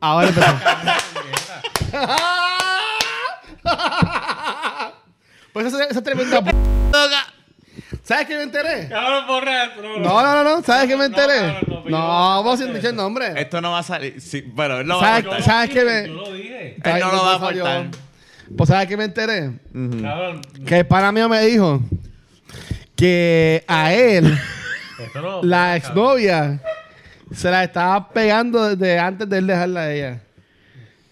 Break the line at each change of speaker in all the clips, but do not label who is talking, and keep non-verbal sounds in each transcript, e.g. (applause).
Ahora empezó. pues esa, esa tremenda p- ¿Sabes qué me enteré?
Cabrón, borra esto. No,
No, no, no, no. ¿Sabes qué me enteré?
no, no, no,
No, vos sin decir el nombre.
Esto no Este va a salir. Sí, bueno, él lo va a
¿Sabes,
cortar.
¿sabes qué
Yo
me...?
lo dije.
Él no lo va a
Ay,
cortar.
yo. Pues ¿sabes qué me enteré?
Cabrón.
Que el pana mío me dijo que a él,
Esto no.
la exnovia, se la estaba pegando desde antes de él dejarla a ella.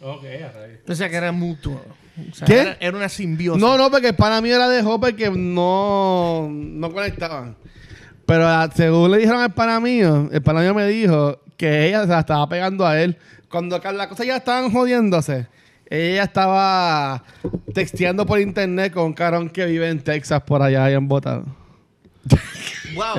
Ok, a (laughs) raíz.
O sea, que era mutuo. O sea,
¿Qué?
Era, era una simbiosis.
No, no, porque el pana mío la dejó porque no, no conectaban. Pero ah, según le dijeron al pana mío, el pana mío me dijo que ella se la estaba pegando a él. Cuando ca- las cosas ya estaban jodiéndose, ella estaba texteando por internet con un carón que vive en Texas, por allá, allá en Botado.
Wow,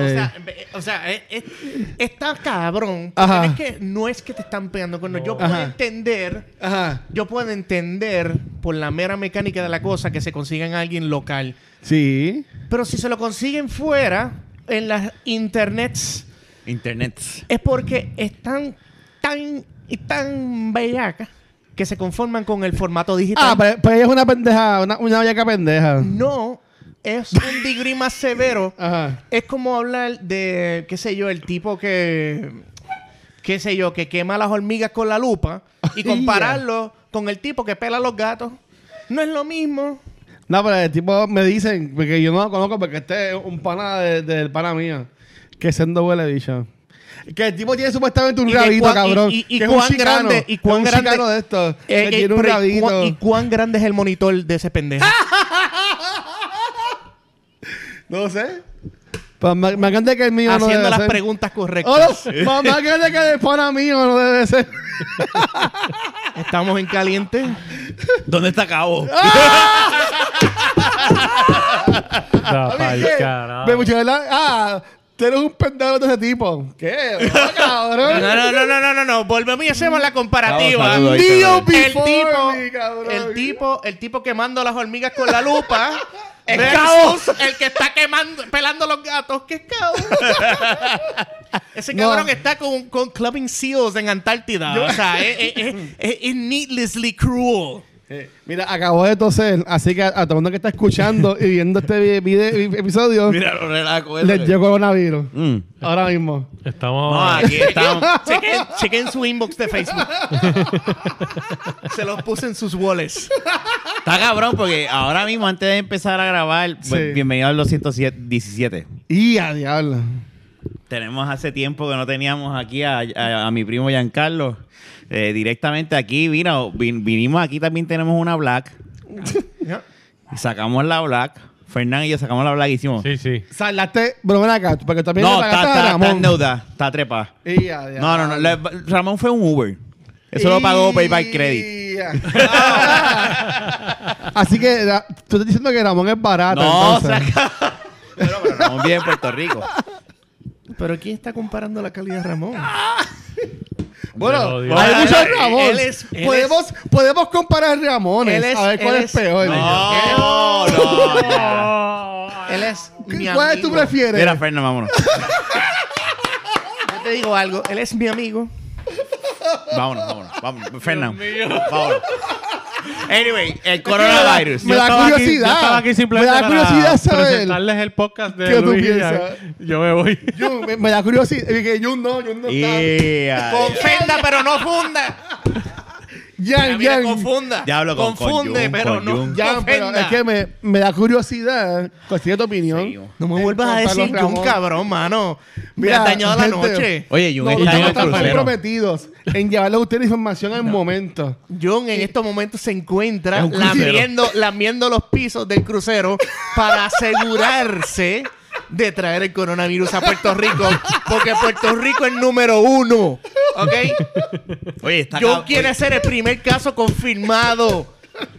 Eh.
o sea, eh, o sea eh, eh, está cabrón.
Ajá.
porque Es que no es que te están pegando con Yo puedo
Ajá.
entender,
Ajá.
yo puedo entender por la mera mecánica de la cosa que se consigan a alguien local.
Sí.
Pero si se lo consiguen fuera, en las internets,
Internet.
es porque están tan y tan bellacas que se conforman con el formato digital.
Ah, pues, pues ella es una pendeja, una, una bellaca pendeja.
No, es un degree más severo.
Ajá.
Es como hablar de, qué sé yo, el tipo que, qué sé yo, que quema las hormigas con la lupa
(laughs)
y
Ya.
compararlo con el tipo que pela a los gatos. No es lo mismo.
No, pero el tipo me dicen, porque yo no lo conozco, porque este es un pana de- del pana mío, que siendo huele bicho. Que el tipo tiene supuestamente un
Y que
rabito,
cuán-
cabrón.
y- y- y
que es un
cuán
chicano.
grande- y
que es un
cuán grande-
chicano de estos.
Eh,
que
eh,
tiene un
pero ¿y, cuán, y
rabito. Ah,
cuán grande es el monitor de ese pendejo?
No sé. Pero más, más grande que el mío no
Haciendo
debe
las
ser.
preguntas
Oh, no,
correctas.
más, más grande que el pana mío no debe ser. Oh.
Estamos
(laughs)
en caliente.
¿Dónde está Cabo?
Ah.
Da
¿Sabes qué? Me escuché, ¿verdad? Ah, tú eres un pendejo de ese tipo. ¿Qué? No,
No,
cabrón.
no, no, no, no, no, no. Volvemos y hacemos la comparativa.
Vamos, saludos ahí.
Neo
El
el
before
tipo,
me, cabrón.
el tipo, el tipo quemando las hormigas con la (laughs) lupa.
Es
versus el que está quemando, pelando los gatos, que es (laughs) cabrón. Ese
No.
cabrón está con, con clubbing seals en Antártida. O sea, es, es- es- es- es needlessly cruel.
Eh, Mira, acabo de toser, así que a, a todo el mundo que está escuchando y viendo este vi- vide- vi- episodio,
Mira, lo relajo.
les llegó coronavirus.
Mm.
Ahora mismo.
Estamos.
No,
ah, eh.
aquí estamos.
(laughs)
Chequen, chequen su inbox de (laughs) Facebook. Se los puse en sus wallets.
Está cabrón porque ahora mismo, antes de empezar a grabar,
Sí.
pues, bienvenido al 217.
¡Y a diablo!
Tenemos hace tiempo que no teníamos aquí a, a- a mi primo Giancarlo. eh, directamente aquí, mira, vin- vinimos aquí, también tenemos una
(laughs)
black. Y Sacamos la black. Fernán y yo sacamos la black y hicimos.
Sí, sí.
Salaste, bro, ven acá, porque también
No,
le
está,
pagaste a
está, está
Ramón.
en deuda, está trepa.
¡Y a diablo!
No, no, no. la- Ramón fue un Uber. Eso lo pagó PayPal Credit.
¡Y a- Ah. (laughs) así que la- tú estás diciendo que Ramón es barato.
No,
Ah, entonces.
saca. Bueno, (laughs) pero Ramón vive en
(laughs)
Puerto Rico.
Pero ¿quién está comparando la calidad de Ramón?
Bueno,
Pero, Dios.
hay
Ah,
muchos
él-
Ramón.
él es- él
podemos, podemos comparar Ramones
Él es-
a ver cuál
él
es
es-
peor.
No, no, ya.
Ah,
Él es
¿Qué-
mi
¿Cuál es tu
amigo.
prefieres?
Mira, Fernan, vámonos.
Yo te digo algo, él es mi amigo.
Vámonos, vámonos. vámonos. Fernan,
mío.
vámonos. Anyway, el coronavirus.
Me
Yo
da
estaba aquí-
curiosidad.
yo estaba aquí simplemente
Me da curiosidad
para
saber.
presentarles el podcast de
¿Qué tú
Luis y ya-
piensas?
Yo me voy. (laughs)
Jun, me, me da curiosidad. eh, que Jun no, Jun no está.
Yeah.
Confunda, pero no funda.
Jan,
Mira,
Jan.
confunda.
Diablo, con-
Confunde,
con Jun,
pero
con
no
Jun.
Jan, pero
ofenda.
es que me, me da curiosidad. Cualquier tu opinión.
Seguimos.
No me vuelvas a
Eh, Gonzalo
decir que un
Ramón.
cabrón, mano. Me has dañado la
gente,
noche.
Oye, Jun
no,
está
los
en el
están
crucero.
comprometidos en llevarle a usted la información en momento.
John en estos momentos se encuentra
Es un crucero.
lamiendo, lamiendo los pisos del crucero para asegurarse de traer el coronavirus a Puerto Rico. Porque Puerto Rico es número uno. ¿Ok?
Oye, está
John
cabrón.
quiere ser el primer caso confirmado.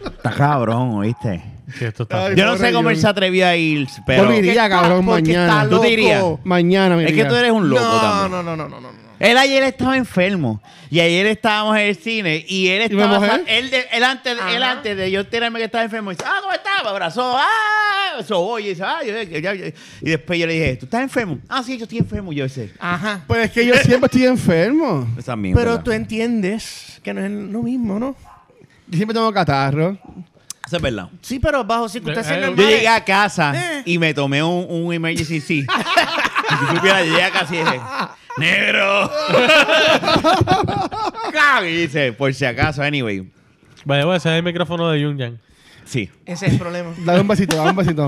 Está cabrón, ¿oíste?
Sí, esto está-
Ay,
Yo no
pobre
sé cómo él
Jun.
se atrevía a ir, pero...
Yo me iría,
Porque está-
cabrón,
porque
mañana.
está
¿Tú
te
loco.
irías?
Mañana, mi
Es que
vida.
tú eres un loco
no,
también.
No, no, no, no, no, no.
Él ayer estaba enfermo y ayer estábamos en el cine y él
¿Y me
estaba
mojé?
él, de- él antes
Ajá.
él antes de yo enterarme que estaba enfermo dice, "Ah, ¿cómo estás?" Me abrazó, "Ah, eso voy." Y dice, "Ah, yo- yo- yo- yo". y después yo le dije, "¿Tú estás enfermo?" "Ah, sí, yo estoy enfermo." Yo sé.
Ajá.
Pues es que yo siempre estoy enfermo.
Esa es mi
Pero
verdad.
tú entiendes que no es lo mismo, ¿no?
Yo siempre tengo catarro.
Esa es verdad.
Sí, pero bajo circunstancias
Eh,
Yo
normales.
llegué a casa
Eh.
y me tomé un, un emergency (laughs) sí. si tú supieras, llegué a casa y dije, ¡Negro! y dice, por si acaso, anyway.
Vaya, voy a hacer el micrófono de Yung Yang.
Sí.
Ese es
(laughs)
el problema.
Dale un besito, dale un besito.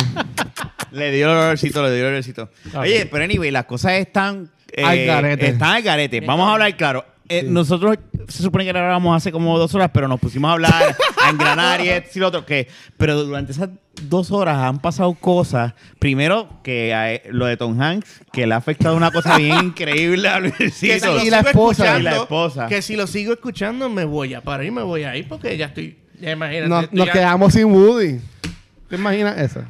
Le dio el olorcito, le dio el olorcito.
Ah,
Oye,
sí.
pero anyway, las cosas están... eh,
Al garete.
Están al garete. Vamos a hablar claro. Eh, Nosotros se supone que grabábamos hace como dos horas, pero nos pusimos a
(laughs)
hablar, a engranar y esto y lo otro. Que, pero durante esas dos horas han pasado cosas. Primero, que eh, lo de Tom Hanks, que le ha afectado una cosa
(laughs)
bien increíble a
Que si
Luisito.
lo
y la
sigo
esposa.
escuchando-
Y la esposa.
Que si lo sigo escuchando, me voy a parar y me voy a ir porque ya estoy. Ya imagínate.
Nos,
estoy
nos
ya-
quedamos sin Woody. ¿Te imaginas eso?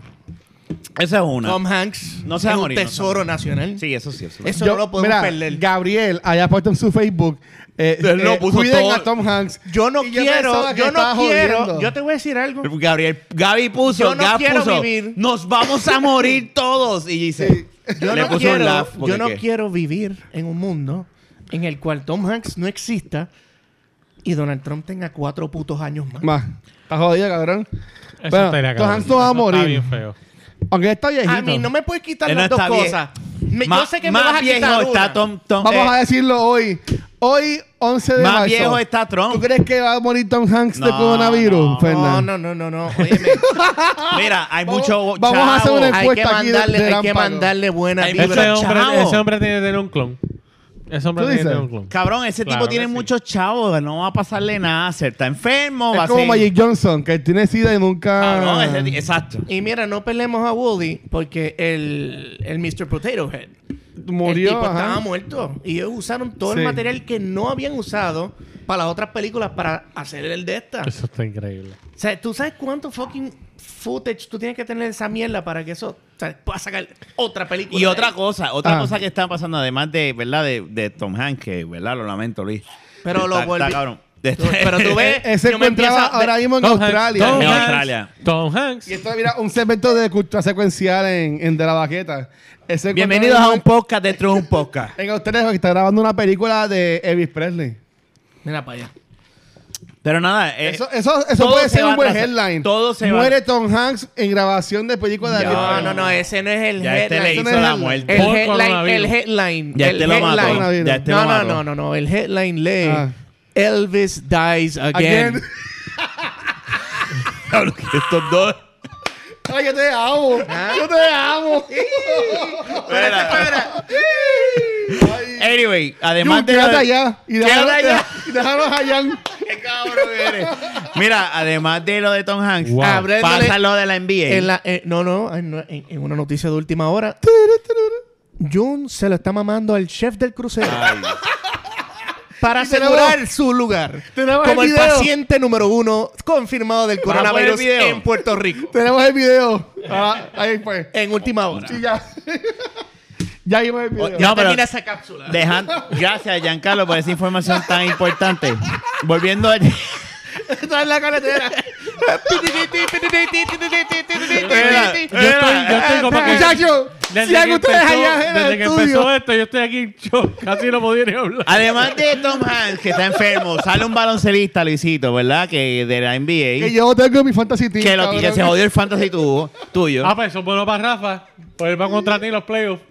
Esa es una.
Tom Hanks.
No se va a
es
morir,
Un
no se va a
tesoro nacional.
Sí, eso sí. Eso sí.
Eso no lo podemos
mira,
perder.
Gabriel había puesto en su Facebook. Eh,
Él lo
eh,
puso
cuiden
todo.
a Tom Hanks.
Yo no
Y
quiero.
pensaba
Yo,
que
no
estaba
quiero.
jodiendo.
Yo te voy a decir algo.
Gabriel, Gaby puso,
Yo no
Gab
quiero
puso,
vivir.
nos vamos a
(laughs)
morir todos. Y dice,
Yo
le
no,
puso un
quiero,
laugh, porque
yo no
qué.
quiero vivir en un mundo en el cual Tom Hanks no exista y Donald Trump tenga cuatro putos años más.
Más. Está jodido, cabrón.
Eso
Bueno,
estaría
Tom
cabrón.
Hanks no va a
Eso está
morir.
bien feo.
Aunque está viejito.
A mí no me puedes quitar
Él
las
no
dos
está bien.
cosas. Me- yo
Más-
sé que me
más
vas a
viejo
quitar una.
está Tom, Tom-
Vamos
eh,
a decirlo hoy. Hoy, 11 de
Más
marzo.
viejo está Trump.
¿Tú crees que va a morir Tom Hanks de
No,
coronavirus,
no,
Fernan?
No, no, no,
(laughs)
no, no. Óyeme,
Mira, hay mucho
vamos a hacer
chavo.
una
hay que
Encuesta aquí de-
mandarle,
de
hay que
Lámpago.
mandarle buena
Ay,
vibra.
Ese
pero
hombre,
chavo.
ese hombre tiene que tener un clon. Ese hombre
¿Tú
tiene que
dices?
tener un clon.
Cabrón, ese
Claro
tipo
que
tiene
sí.
muchos chavos, no va a pasarle nada. Se está enfermo,
Es
va a
como
ser...
Magic Johnson, que tiene sida y nunca...
Cabrón, ese ti- exacto.
Y mira, no peleemos a Woody porque el, el Mr. Potato Head.
Murió,
El tipo
ajá.
estaba muerto. Y ellos usaron todo
Sí.
el material que no habían usado para las otras películas para hacer el de esta.
Eso está increíble.
O sea, ¿tú sabes cuánto fucking footage tú tienes que tener de esa mierda para que eso o sea, pueda sacar otra película?
Y otra cosa, otra
Ah.
cosa que está pasando, además de, ¿verdad? De, de Tom Hanks, que, ¿verdad? Lo lamento, Luis.
Pero
Está-
lo
está
volví-
cabrón.
Tú- Pero tú ves...
Él se
yo me
encontraba
empiezo a-
ahora mismo en
Tom
Australia.
Hanks, Tom
En
Hanks,
Australia.
Tom Hanks.
Y esto mira un segmento de cultura secuencial en, en De la Baqueta. Él se encontraba
Bienvenidos a un
en-
podcast dentro de un podcast. (laughs)
En Australia que está grabando una película de Elvis Presley.
Mira para allá.
Pero nada, eh,
Eso, eso, eso
todo
puede
se
ser
va
un buen
atrás-
headline.
todo se va-
Muere Tom Hanks en grabación de película de
Ya.
Elvis
No,
Presley.
no, no, ese no es el
ya este le
headline.
hizo
no es
la
el-
muerte.
El
Por
headline,
coronavirus.
el headline.
Ya
el
este lo mató.
headline.
Ya este
no,
lo
no,
mató.
no, no, no. El headline lee
Ah.
Elvis dies again.
Again.
(laughs) Cabrón, que Estos dos.
(laughs) Ay, yo te amo.
Ah,
Yo te amo.
Anyway, además
Jun,
de.
quédate allá. Y déjanos,
Quédate allá.
(laughs) y déjanos allá.
Qué cabrón eres. Mira, además de lo de Tom Hanks,
Wow.
Abre-
pasa lo de la NBA.
(laughs) En la- eh, no, no, en, en- en una noticia de última hora. Jun se lo está mamando al chef del crucero
Ay,
para
Y tenemos-
asegurar su lugar
tenemos
como
el
el,
video.
paciente número uno confirmado
a
del
poner el
coronavirus
video.
en Puerto Rico.
Tenemos el video. Ah, ahí fue.
En última hora.
Sí, ya. (laughs) ya vimos el video.
Oh, Ya, (laughs)
Ya
pero-
termina esa cápsula.
dejan- gracias, Giancarlo, por esa información tan importante. Volviendo a.
Está en la carretera.
Mira,
Yo estoy, yo estoy como que...
Muchachos,
desde
si
que
alguien ustedes
empezó-
allá en
Desde
el
que
estudio.
empezó esto, yo estoy aquí, yo casi no podía ni hablar.
Además de Tom Hanks, que está enfermo, sale un baloncelista, Luisito, ¿verdad? Que de la NBA.
Que yo tengo mi fantasy team.
que, lo, que
cabrón.
se jodió el fantasy tuyo. tuyo.
Ah, pues eso es bueno para Rafa. Pues él va contra ti en los playoffs.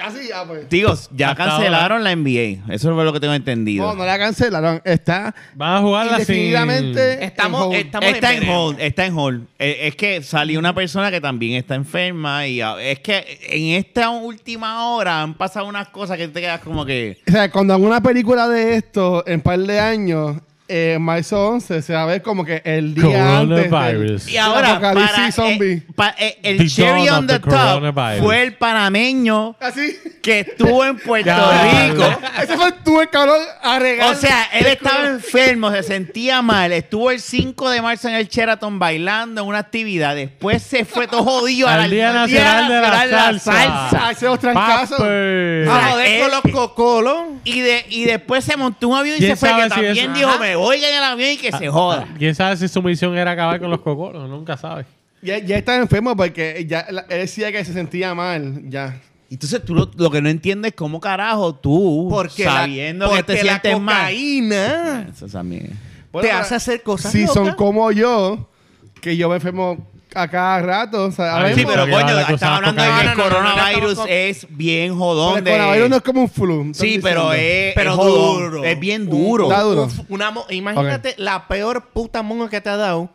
Así, ya, pues.
Tíos, ya
Hasta
cancelaron la NBA. Eso es lo que tengo entendido.
No, no la cancelaron. Está
Van a jugarla sin...
indefinidamente.
Estamos-
en hold.
estamos-
Está en
en
hold, está en hold. Eh, es que salió una persona que también está enferma y ah, es que en esta última hora han pasado unas cosas que te quedas como que...
O sea, cuando hago una película de esto en par de años, eh, en marzo 11 se va a ver como que el día antes. del-
Coronavirus.
Y ahora,
Apocalipsis
para, eh,
zombie.
pa- eh, el
The
cherry
dawn
on
of
the
the
top
coronavirus.
fue el panameño
Así.
que
(laughs)
estuvo en Puerto
Ya,
Rico.
Ese fue tú, el cabrón,
O
arreglando.
sea, él estaba enfermo, se sentía mal. Estuvo el 5 de marzo en el Sheraton bailando en una actividad. Después se fue todo jodido
Al
al
Día Nacional de la Salsa.
Ah, ese otro trancazo.
Papi.
Ah,
A joder con los
eh,
cocolos.
Y, de, y después se montó un avión y se
¿Quién
fue.
sabe
Que
si
también
eso-
dijo,
Ajá. ah.
me voy en el avión y que se joda.
¿Quién sabe si su misión era acabar con los cocolos? Nunca sabe.
Ya, ya estaba enfermo porque ya, la- él decía que se sentía mal. Ya.
Entonces tú lo, lo que no entiendes es cómo carajo tú,
Porque la-
sabiendo que
porque
te
la
sientes mal.
cocaína
Eso también.
Bueno,
te
pero
hace hacer cosas
Si son
locas.
como yo, que yo me enfermo a cada rato. O sea, ahora
Ay,
Ah, Sí,
mismo-
Pero
pero
que
coño,
vale
estamos
cosas
hablando de
cocaína.
que el
No, no, no, no, no,
coronavirus
estamos-
es bien jodón.
Pero el
de-
coronavirus no es como un flu. Ah, están
Sí, pero
diciendo.
es,
Pero
es jodón,
duro.
Es bien duro.
Está duro.
Un- una mo- imagínate la peor puta monga que te ha dado,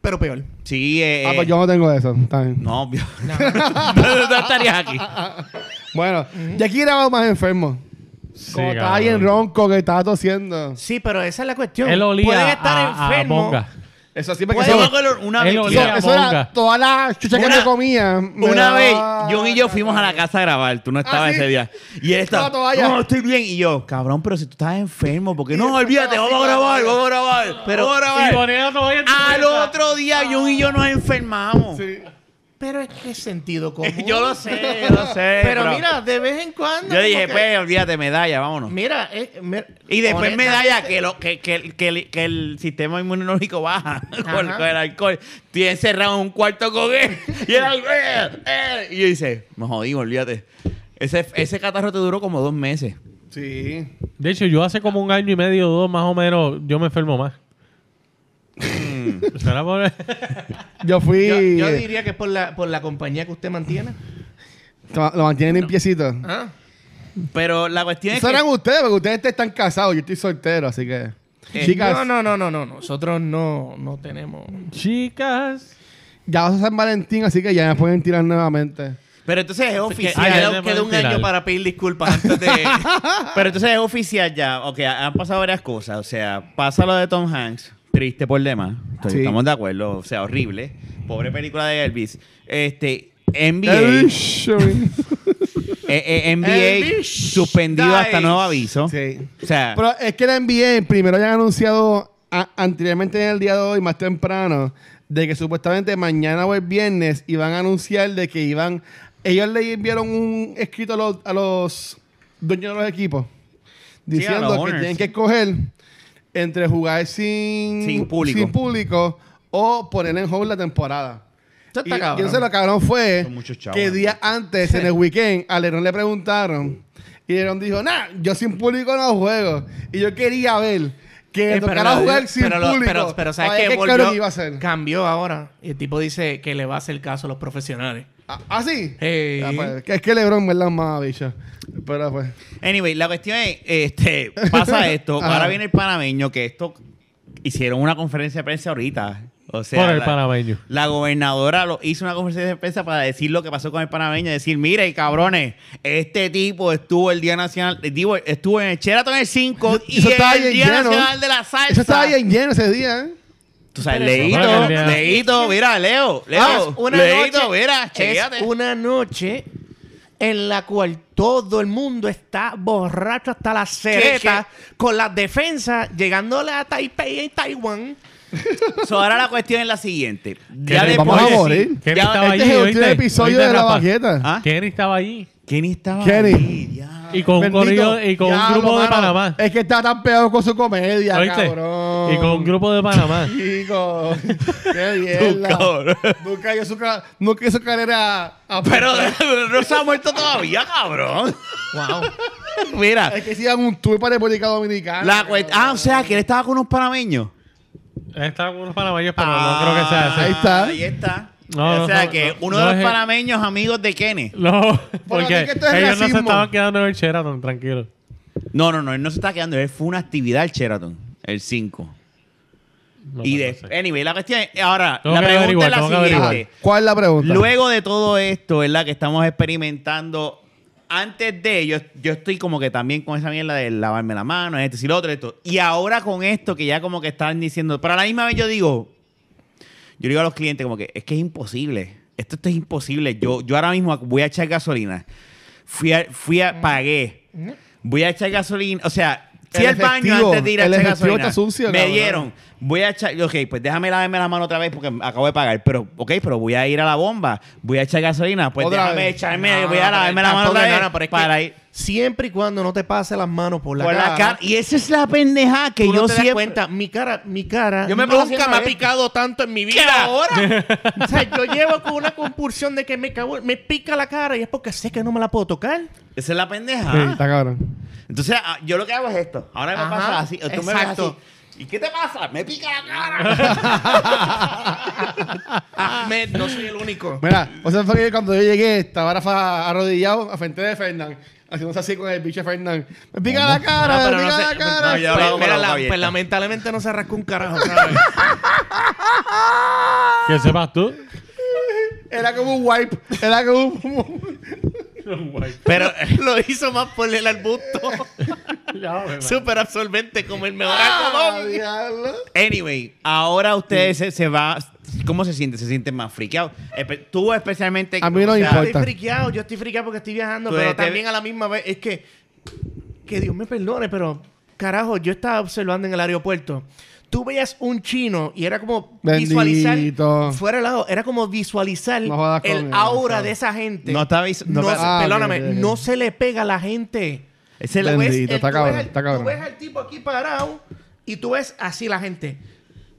pero peor.
Sí, eh,
Ah,
eh,
pues yo no tengo eso. Está bien.
No, obvio. (laughs) No, Ah, estarías aquí.
Bueno, Jackie era más enfermo.
Sí,
Como
cabrón.
estaba bien ronco, que estaba tosiendo.
Sí, pero esa es la cuestión.
Él olía
Pueden estar
a, a
enfermos.
monga.
Eso sí,
Pues, Yo
porque
me
eso,
acuerdo una vez,
Él olía-
tío,
eso, eso era
monga.
toda la chucha que
Una-
me comía. me
Una
daba-
vez, John y yo fuimos a la casa a grabar. Tú no estabas
Ah, ¿sí?
ese día. Y él estaba.
No, toalla.
No, estoy bien. Y yo, cabrón, pero si tú estás enfermo, porque no, olvídate, vamos a grabar, vamos a grabar. Pero vamos a
Y
grabar.
ponía todo ahí en tu
Al
mesa.
otro día, John y yo nos enfermamos.
Sí.
Pero es que es (laughs) sentido común.
(laughs) Yo lo
(laughs)
sé, yo lo sé.
Pero mira, de vez en cuando.
Yo dije,
como que-
pues, olvídate, medalla, vámonos.
Mira, eh, mira,
Y después
honestamente,
medalla que, lo, que, que, que el- que el sistema inmunológico baja (laughs) con,
Ajá.
con el alcohol. Estoy encerrado en un cuarto con él. (laughs) Y el alcohol, eh, eh. Y yo dice, me jodí, olvídate. Ese, ese catarro te duró como dos meses.
Sí.
De hecho, yo hace como un año y medio, dos más o menos, yo me enfermo más.
Mm.
(laughs) Será por-
Yo fui.
Yo, yo diría que es por la, por la compañía que usted mantiene.
Lo lo mantienen limpiecito.
Ah.
Pero la cuestión es
Eso
que...
eran ustedes, porque ustedes están casados. Yo estoy soltero, así que.
Eh,
Chicas,
No, no, no, no, no. Nosotros no, no tenemos.
Chicas.
ya vas a San Valentín, así que ya me pueden tirar nuevamente.
Pero entonces es
Ah,
Ay,
oficial.
ya
queda-
le
queda un
pueden
año
tirar.
para pedir disculpas antes de.
Pero entonces es oficial ya. Ok, han pasado varias cosas. O sea, pasa lo de Tom Hanks. Triste por demás. Entonces,
Sí.
Estamos de acuerdo. O sea, horrible. Pobre película de Elvis. Este, NBA...
Ay,
(laughs)
shoo.
Eh, eh, NBA
El
suspendido
Dice.
hasta nuevo aviso.
Sí.
O sea,
Pero es que la NBA primero ya han anunciado a- anteriormente en el día de hoy, más temprano, de que supuestamente mañana o el viernes iban a anunciar de que iban. Ellos le enviaron un escrito a los, a los dueños de los equipos
Sí, a los
diciendo que
owners.
tienen que escoger entre jugar sin,
Sin público.
sin público o poner en hold la temporada.
Esto está
y,
cabrón.
y entonces lo cabrón fue
Son muchos chavos,
que
¿no?
días antes, en el weekend, a Lerón le preguntaron. Y Lerón dijo, nah, yo sin público no juego. Y yo quería ver que
Eh,
tocara
lo-
jugar sin
pero lo-
público.
Pero, pero
A ver
¿sabes qué?
qué
Volvió,
cabrón iba a hacer?
Cambió ahora. Y el tipo dice que le va a hacer caso a los profesionales.
Ah, ¿Ah, sí?
Hey.
Ah, pues, que es que Lebron es la más bicha. Pero pues...
anyway, la cuestión es, este, pasa
(laughs)
esto.
Ajá.
Ahora viene el panameño, que esto hicieron una conferencia de prensa ahorita. O sea,
Por el
la,
panameño.
la gobernadora lo, hizo una conferencia de prensa para decir lo que pasó con el panameño. Decir, mire, cabrones, este tipo estuvo el Día Nacional, eh, digo, estuvo en el Sheraton el 5 y
Eso estaba
el
bien
Día
lleno.
Nacional de la Salsa.
Eso estaba bien lleno ese día, ¿eh?
Tú sabes,
Pero eso-
Bueno,
leíto,
el día-
leíto, mira, Leo,
Ah,
Leo,
es una
leíto,
noche-
mira,
es
chequeate.
una noche en la cual todo el mundo está borracho hasta las ceretas con las defensas llegándole a Taipei y Taiwán.
So, ahora la cuestión es la siguiente.
¿Qué le-
Vamos a
oye, sí,
morir.
Kenny
Ya,
estaba
este
allí.
es el
¿oíste?
último episodio
¿Oíste,
de La
Rafa?
Baqueta.
¿Ah?
Kenny estaba allí.
Kenny estaba
Kenny.
ahí, diablo.
Y con un
Bendito.
corrido y con un
Diablo,
grupo de
mano.
Panamá.
Es que está tan pegado con su comedia,
¿Oíste?
cabrón.
Y con un grupo de Panamá.
Chico, qué bien.
cabrón.
Nunca hizo, su ca- nunca hizo carrera a
Pero (laughs) no se ha muerto todavía, cabrón.
Wow.
Mira,
Es que si hagan un tour para República Dominicana.
la cuestión. Ah, o sea, que él estaba con unos panameños.
Estaban unos panameños, pero
Ah,
no creo que sea así.
ahí está.
Ahí está.
No,
o
no,
sea,
no,
que
no,
uno
no
de los
es-
panameños amigos de Kenny.
No, porque
así que esto es
ellos no se
racismo.
estaban quedando en el Sheraton, tranquilo.
No, no, no, él no se está quedando. Él fue una actividad al Sheraton, el 5.
No,
y
no,
de.
no sé.
Anyway, la cuestión es. Ahora,
Tengo
la
que
pregunta es
averiguar,
la
tengo que
siguiente.
averiguar.
¿Cuál es la pregunta?
Luego de todo esto, ¿verdad? Que estamos experimentando antes de, yo, yo estoy como que también con esa mierda de lavarme la mano, este, si lo otro, esto. Y ahora con esto que ya como que están diciendo, pero a la misma vez yo digo, yo digo a los clientes como que es que es imposible. Esto, esto es imposible. Yo, yo ahora mismo voy a echar gasolina. Fui a, fui
Mm.
a, pagué. Voy a echar gasolina. O sea, fui
El
al baño
efectivo,
antes de ir a
el
echar
efectivo
gasolina.
está sucio,
me
cabrón.
dieron. Voy a echar, ok, pues déjame lavarme la mano otra vez porque acabo de pagar. Pero, ok, pero voy a ir a la bomba. Voy a echar gasolina. Pues
Otra
déjame
vez.
echarme,
No,
voy a
no,
lavarme la
pero
mano otra
tampoco,
vez
no, no, pero es que
para ir.
Siempre y cuando no te pase las manos por la
por
cara.
la cara. Y esa es la pendejada que
tú no
yo
te das
siempre.
cuenta, mi cara, mi cara
Yo me pongo
nunca
haciendo
me ha
esto.
picado tanto en mi vida.
ahora?
o sea, yo llevo con una compulsión de que me cago, en- me pica la cara y es porque sé que no me la puedo tocar.
Esa es la pendeja.
Sí, está cabrón.
Entonces, ah, yo lo que hago es esto. Ahora me
Ajá,
pasa así. o Tú me ves así.
exacto.
¿Y qué te pasa? Me pica la cara.
(laughs)
Ah,
Ahmed, no soy el único.
Mira, o sea, fue que cuando yo llegué, estaba Rafa arrodillado a frente de Fernán, haciéndose así con el bicho de Fernán. Me pica la cara,
No,
me
Ah, pero no
pica
sé-
la cara.
no, yo lo hago con
Mira,
la
la-
boca abierta.
pues lamentablemente no se rascó un carajo,
(laughs)
¿sabes?
Que sepas tú.
Era como un wipe, era como un...
Pero lo hizo más por el arbusto. Súper absorbente como el mejor
Ah,
algodón.
diablo.
anyway, ahora ustedes se, se va. ¿Cómo se sienten? Se sienten más friqueados. Espe- Tú especialmente.
A mí no
o sea,
importa.
Estoy friqueado, yo estoy friqueado porque estoy viajando,
Tú
pero
eres- te-
también a la misma vez es que que Dios me perdone, pero carajo, yo estaba observando en el aeropuerto. Tú veías un chino y era como
Bendito.
visualizar fuera del lado, era como visualizar
No jodas con
el
él,
aura
¿sabes?
de esa gente.
No está vis- no,
No,
espérate.
Ah, ok,
perdóname,
ok, ok.
no se le pega a la gente.
Es el-
Tú ves
Bendito,
el-
está
tú ves
cabrón,
al-
está cabrón.
Tú ves al tipo aquí parado y tú ves así la gente.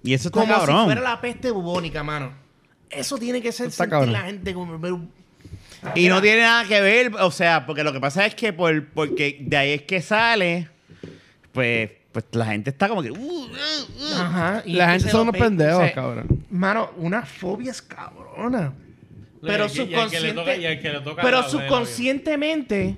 y eso está
Como si
cabrón.
fuera la peste bubónica, mano. Eso tiene que ser
Está
sentir
cabrón.
la gente como... pero-
Y no tiene nada que ver, o sea, porque lo que pasa es que por, porque de ahí es que sale, pues, pues la gente está como que. uh, uh, uh.
Ajá.
(laughs)
y
La
es que
gente
se
son
lo
unos
pe-
pendejos,
se-
cabrón.
Mano, unas fobias cabronas.
Y
Pero
el que- y el que le toca- y
subconsciente...
el que le toca la-
Pero
la-
subconscientemente...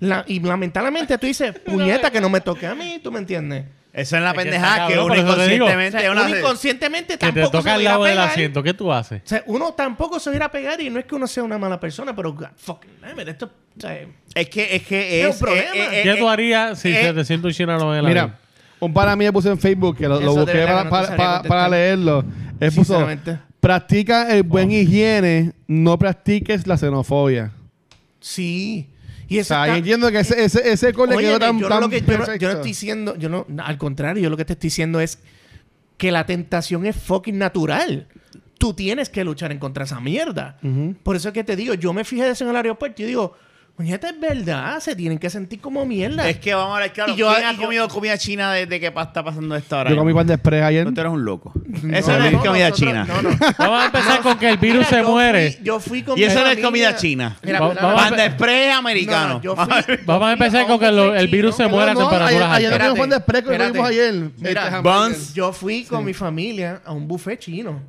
la- y lamentablemente tú dices, puñeta, que no me toque a mí, ¿tú me entiendes?
Eso es la
Es que está
pendejada que
cabrón,
uno
por eso te digo.
O
inconscientemente.
sea,
uno
uno
hace-
inconscientemente
Que te
tampoco
toca
se
al
lo irá a
lado del
pegar.
asiento. ¿Qué tú haces?
O sea, uno tampoco se va a ir a pegar y no es que uno sea una mala persona, pero god fucking damn it, esto... o sea,
Es que es que es,
Es un problema.
es- es-
¿Qué
es-
tú harías si
eh,
se te siente un chinano en la
Mira, un pana mío puso en Facebook, que lo, lo
Eso de
busqué para,
verdad que no te
para-
sabría
para-
contestar.
para leerlo. Él puso,
Sinceramente.
practica el buen higiene, no practiques la xenofobia.
Sí. Y
O
eso
sea, yo
está-
entiendo que ese, ese, ese gol le
Óyeme,
quedó tan,
yo,
tan
lo que- yo no- yo no,
perfecto.
estoy diciendo, yo no, al contrario, yo lo que te estoy diciendo es que la tentación es fucking natural. Tú tienes que luchar en contra de esa mierda. Por eso es que te digo, yo me fijé de eso en el aeropuerto y digo, muñeca, es verdad, se tienen que sentir como mierda.
es que vamos a ver, claro.
Y yo-
¿Quién ha
y yo-
comido comida china desde que pa- está pasando esto ahora?
Yo comí
mismo?
pan de express ayer.
No, tú eres un loco. Eso no, es
no,
comida
nosotros-
china.
(laughs)
no, no.
Vamos a empezar con que el virus
Mira,
se
yo
muere.
fui- yo fui con
Y eso
mi
no es
familia-
comida china.
Mira,
Va-
mira,
vamos a-
mira,
Pan de spray
no,
americano. (laughs)
no, yo fui- yo
(laughs) Vamos a
fui
empezar
un
con que lo-
buffet
el virus se
chino.
muera a temperaturas
ayer, ayer
altas.
no comimos pan de express, que
Espérate,
comimos ayer.
espérate.
Este,
Mira,
hamburger.
Buns.
Yo fui con mi familia a un buffet chino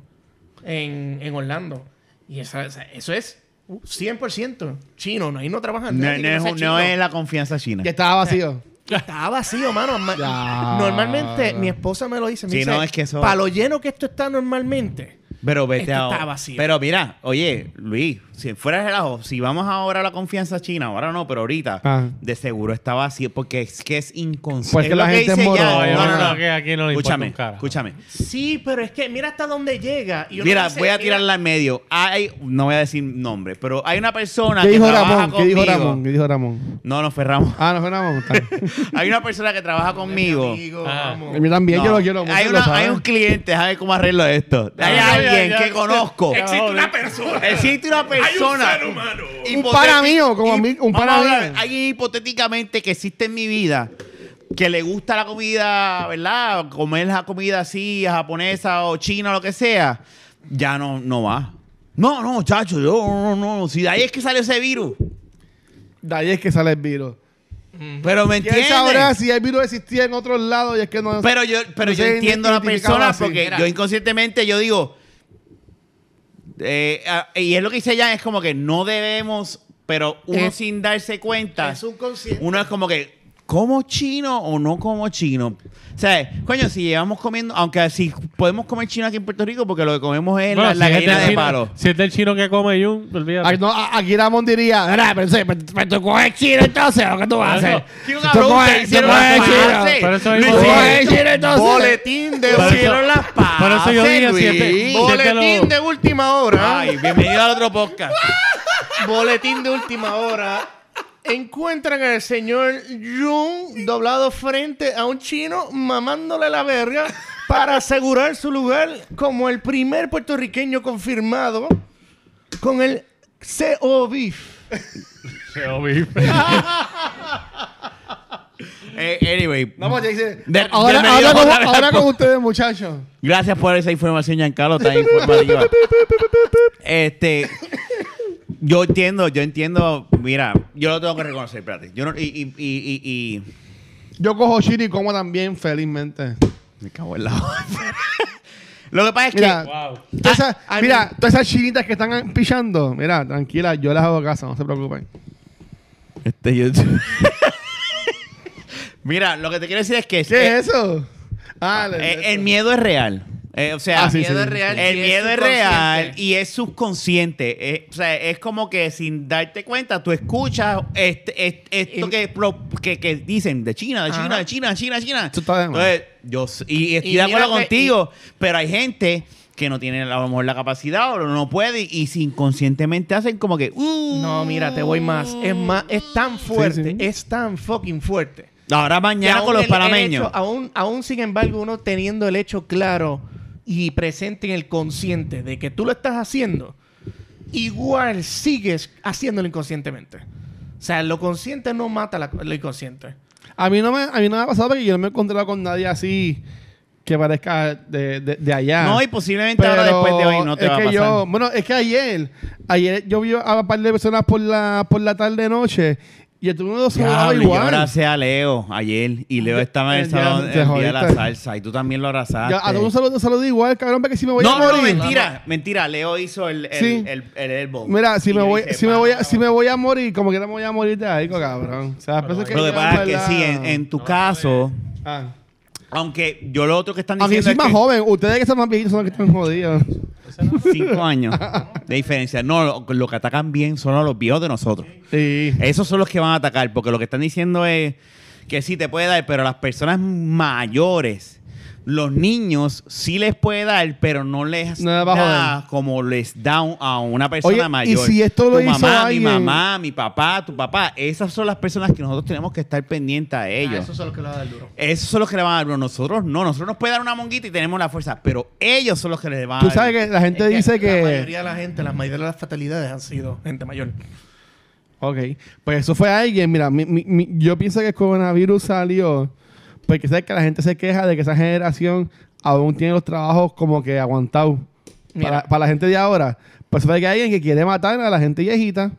en, en Orlando. Y esa- esa- eso es uh, 100% chino. No, ahí no trabajan
No,
nadie que
no es,
sea
no
chino.
es la confianza china.
Que estaba vacío.
Estaba vacío, mano. Ma-
Ya.
Normalmente, mi esposa me lo dice. Me
Sí,
dice,
no, es que eso-
Para lo lleno que esto está normalmente.
Pero vete
Esto
ahora.
está vacío.
Pero mira, oye, Luis, si fuera de relajo, si vamos ahora a la confianza china, ahora no, pero ahorita,
Ajá.
de seguro está vacío porque es que es inconsciente.
Pues que
es
la
lo
gente es
dice
morona.
Jan. No, no, no.
Aquí- aquí no le importa
escúchame,
un carajo.
escúchame.
Sí, pero es que mira hasta dónde llega. Y uno
Mira,
dice,
voy a
mira,
tirarla en medio. Hay, no voy a decir nombre, pero hay una persona
¿Qué
que
dijo
trabaja
Ramón? ¿Qué
conmigo.
dijo Ramón? ¿Qué dijo Ramón?
No, no fue Ramón. (laughs)
Ah, no fue Ramón. (laughs)
Hay una persona que trabaja conmigo.
amigo,
Ah.
vamos.
Yo también,
No.
yo lo quiero mucho.
hay,
lo
una-
sabe.
hay un cliente, ¿sabe cómo arreglo esto? Hay
ya,
alguien
ya,
que
ya.
conozco.
Existe una
persona. Existe una persona.
Un
hipotéti-
pana mío, como a mí, un
Vamos
pana
a hablar,
mío.
Alguien hipotéticamente que existe en mi vida que le gusta la comida, ¿verdad? Comer la comida así, japonesa o china, lo que sea, ya no, no va. No, no, chacho, yo no, no, no. Si de ahí es que salió ese virus.
De ahí es que sale el virus.
Pero me
¿Quién
entiendes.
sabrá si el virus existía en otros lados y es que no...
Pero yo, pero
No
yo
sé,
entiendo a la
identificado
persona
así.
porque
Mira.
yo inconscientemente yo digo. eh, ah, y es lo que dice Jan, es como que no debemos, pero uno
Es-
sin darse cuenta.
es un consciente.
Uno es como que. ¿Como chino o no como chino? O sea, coño, si llevamos comiendo, aunque si podemos comer chino aquí en Puerto Rico, porque lo que comemos es
Bueno,
la,
si
la
es del
gallina de
chino-
palo.
Si es del chino que come Jun, olvídate.
Ay, no, a- Aquí Ramón diría, "Mira, pero, sí, pero, pero tú coges chino entonces, ¿o ¿qué tú vas a hacer?
Chino,
Tú
cabrón,
coges-
ustedes
tú
hicieron
coges
las
chino.
paces.
Pero eso
Lo
mismo-
Tú
hicieron.
coges chino entonces.
Boletín
Por
de última
eso-
Hicieron las paces.
por eso yo dije, si es de-
Luis.
si es de lo-
Boletín de última hora.
Ay, bienvenido al otro podcast.
Boletín de última hora. Encuentran al señor Jung doblado frente a un chino mamándole la verga para asegurar su lugar como el primer puertorriqueño confirmado con el CO Beef.
Eh, anyway.
No, pues, Jason,
De-
ahora,
bienvenido
ahora,
otra
con,
vez.
ahora con ustedes, muchachos.
Gracias por esa información, Giancarlo, tan informativa. este, yo entiendo, yo entiendo. Mira, yo lo tengo que reconocer, espérate. Yo no, y, y, y, y,
Yo cojo chino y como también, felizmente.
y- Me cago en la (laughs) hora. Lo que pasa es que.
Mira,
Wow.
todas esas-
Ah, I
mira,
mean-
todas esas chinitas que están pichando, mira, tranquila, yo las hago caso, no se preocupen.
Este, yo- (laughs) mira, lo que te quiero decir es que.
¿Qué es eso? Ah,
Eh,
le-
el, miedo es real. Eh, o sea,
Ah, sí, sí, sí.
El
y
miedo es
subconsciente.
real y es subconsciente. Eh, o sea, es como que sin darte cuenta, tú escuchas este, este- esto
Y-
que, pro- que, que dicen de China, de China,
Ajá.
de China, China, China.
Eso está de más.
Entonces, yo, s- y estoy
Y
de
mira
acuerdo
que-
contigo, pero hay gente que no tiene a lo mejor la capacidad o no puede y, si inconscientemente hacen como que... "Uh".
No, mira, te voy más. Es más, es tan fuerte,
sí.
es tan fucking fuerte.
Ahora
Que
mañana
aún
con los
el- el
panameños.
hecho- aún, aún, sin embargo, uno teniendo el hecho claro y presente en el consciente de que tú lo estás haciendo, igual sigues haciéndolo inconscientemente. O sea, lo consciente no mata la- lo inconsciente.
Ah,
A mí no me, a mí no me ha pasado porque yo no me he encontrado con nadie así que parezca de, de- de allá.
No, y posiblemente ahora
Pero
después de hoy no te
es
va a
que
pasar.
yo- bueno, es que ayer, ayer yo vi a un par de personas por la, por la tarde noche y estuve uno se
Diablo,
hablaba
Yo
igual.
abracé a Leo ayer y Leo estaba en el
Ya, ya,
salón
te
el día de la
jodiste.
salsa y tú también lo abrazaste.
Yo a todo un saludo, un saludo igual, cabrón, porque si me voy
no,
a
no,
morir.
mentira, mentira. Leo hizo el, el,
Sí.
el, el elbow.
Mira, si
Y
me
yo
voy,
hice,
si me
pa,
voy,
pa,
a, si me voy a morir, como que no me voy a morir de algo, cabrón. O sea, pero es que
Lo que
yo,
pasa es que
¿verdad?
sí, en, en tu caso,
Ah.
aunque yo lo otro que están
Aunque yo
diciendo
soy
es
más
que
joven, ustedes que son más viejitos son los que están jodidos.
cinco años de diferencia. No, lo, lo que atacan bien son a los viejos de nosotros.
Sí.
Esos son los que van a atacar, porque lo que están diciendo es que sí te puede dar, pero a las personas mayores, los niños sí les puede dar, pero no les
No les va a
da como les da un- a una persona
Oye, y
mayor.
si esto
tu
lo hizo
mamá,
alguien-
mi mamá, mi papá, tu papá, esas son las personas que nosotros tenemos que estar pendientes a ellos.
son los que lo dan duro.
Esos son los que le van a dar, pero nosotros no, nosotros nos puede dar una monguita y tenemos la fuerza, pero ellos son los que les van a
Tú
dar.
sabes que la gente dice que...
La mayoría de la gente, la mayoría de las fatalidades han sido gente mayor.
Ok, pues eso fue alguien. Mira, mi- mi- mi- yo pienso que el coronavirus salió porque sabes que la gente se queja de que esa generación aún tiene los trabajos como que aguantados. Para,
Mira.
para la gente de ahora. Pues fue que hay alguien que quiere matar a la gente viejita,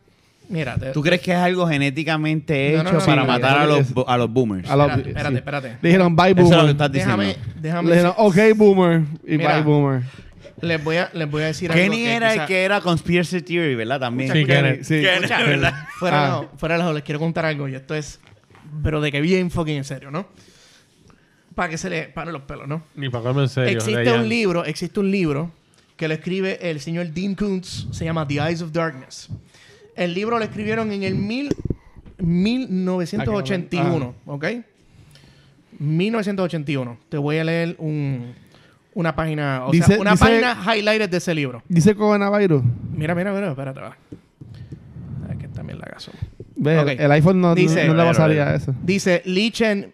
Mira, te-
¿Tú crees que es algo genéticamente
No,
hecho
no, no,
para
no,
matar
no, no,
a, los,
es-
bo- a los boomers?
a los-
Espérate, espérate,
sí.
espérate.
Le dijeron bye
Eso es lo que
boomer.
estás diciendo.
déjame, déjame
Le dijeron ok boomer y
Mira.
bye boomer.
les voy a les voy a decir algo
Kenny era
quizá-
el que era Conspiracy Theory, ¿verdad? También.
Sí, Kenneth.
Sí.
Kenneth, ¿verdad?
Fuera,
Ah.
no, fuera de lado, les quiero contar algo y esto es, pero de que bien fucking en serio, ¿no? Para que se le paren los pelos, ¿no?
(laughs) Ni para comerme en serio.
existe
Dayan.
un libro, existe un libro que lo escribe el señor Dean Koontz, se llama The Eyes of Darkness. El libro lo escribieron en el mil, 1981,
Ah,
¿ok? 1981. Te voy a leer un, una página, o
Dice-
sea, una
dice-
página highlighted de ese libro.
(laughs) Dice coronavirus.
Mira, mira, mira, espérate, va. Ay, que también la gaso.
Ve,
Ok.
El iPhone no,
Dice-
no le
Pero,
pasaría
pero.
eso.
Dice Lee Chen.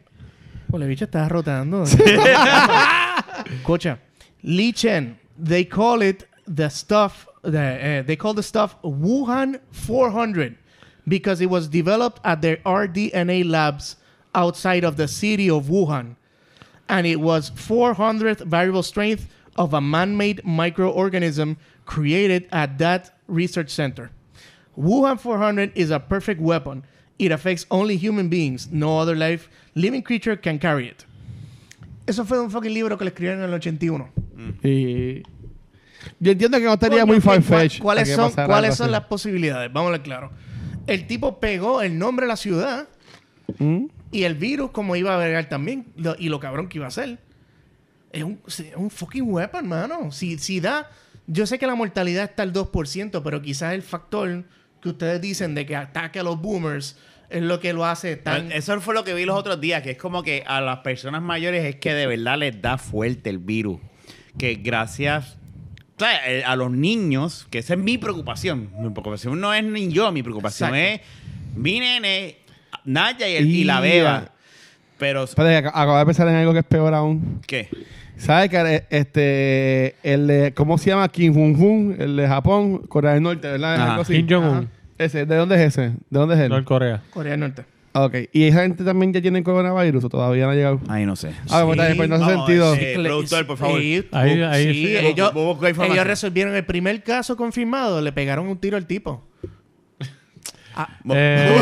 Ole, bicho, estás rotando. Escucha. Lee Chen, they call it the stuff, the, eh, they call the stuff Wuhan 400 because it was developed at their rDNA labs outside of the city of Wuhan. And it was 400th variable strength of a man made microorganism created at that research center. Wuhan 400 is a perfect weapon. It affects only human beings. No other life living creature can carry it. Eso fue un fucking libro que le escribieron en el 81.
Y... Yo entiendo que no estaría muy
Coño, ¿qué-
farfetch.
cua- ¿Cuáles son, ¿cuáles son las posibilidades? Vamos a ver claro. El tipo pegó el nombre de la ciudad
Mm.
Y el virus, como iba a bregar también, lo- y lo cabrón que iba a ser. Es un, es un fucking weapon, mano. Si, si da. Yo sé que la mortalidad está al 2%, pero quizás el factor que ustedes dicen de que ataque a los boomers es lo que lo hace tan.
Eso fue lo que vi los otros días, que es como que a las personas mayores es que de verdad les da fuerte el virus. Que gracias o sea, eh, a los niños, que esa es mi preocupación. Mi preocupación no es ni yo, mi preocupación
Exacto.
es mi nene, Naya y, el- y la
Y-
beba. Pero,
Espérate, ac- acabo de pensar en algo que es peor aún.
¿qué?
¿Sabes que eh, este, el de, ¿cómo se llama? Kim Jong-un, el de Japón, Corea del Norte, ¿verdad?
Ajá.
Algo así.
Kim Jong-un,
Ese, ¿de dónde es ese? ¿De dónde es él? Ah,
Norcorea.
Corea del Norte.
Ok. ¿Y esa gente también ya tiene coronavirus o todavía no ha llegado?
Ay, no sé.
Ah, bueno, está bien, pues no hace sentido.
eh, productor, por favor.
Sí,
Ahí- ahí
sí,
sí.
ellos,
Bu- busca información.
ellos resolvieron el primer caso confirmado, le pegaron un tiro al tipo.
(laughs)
Eh,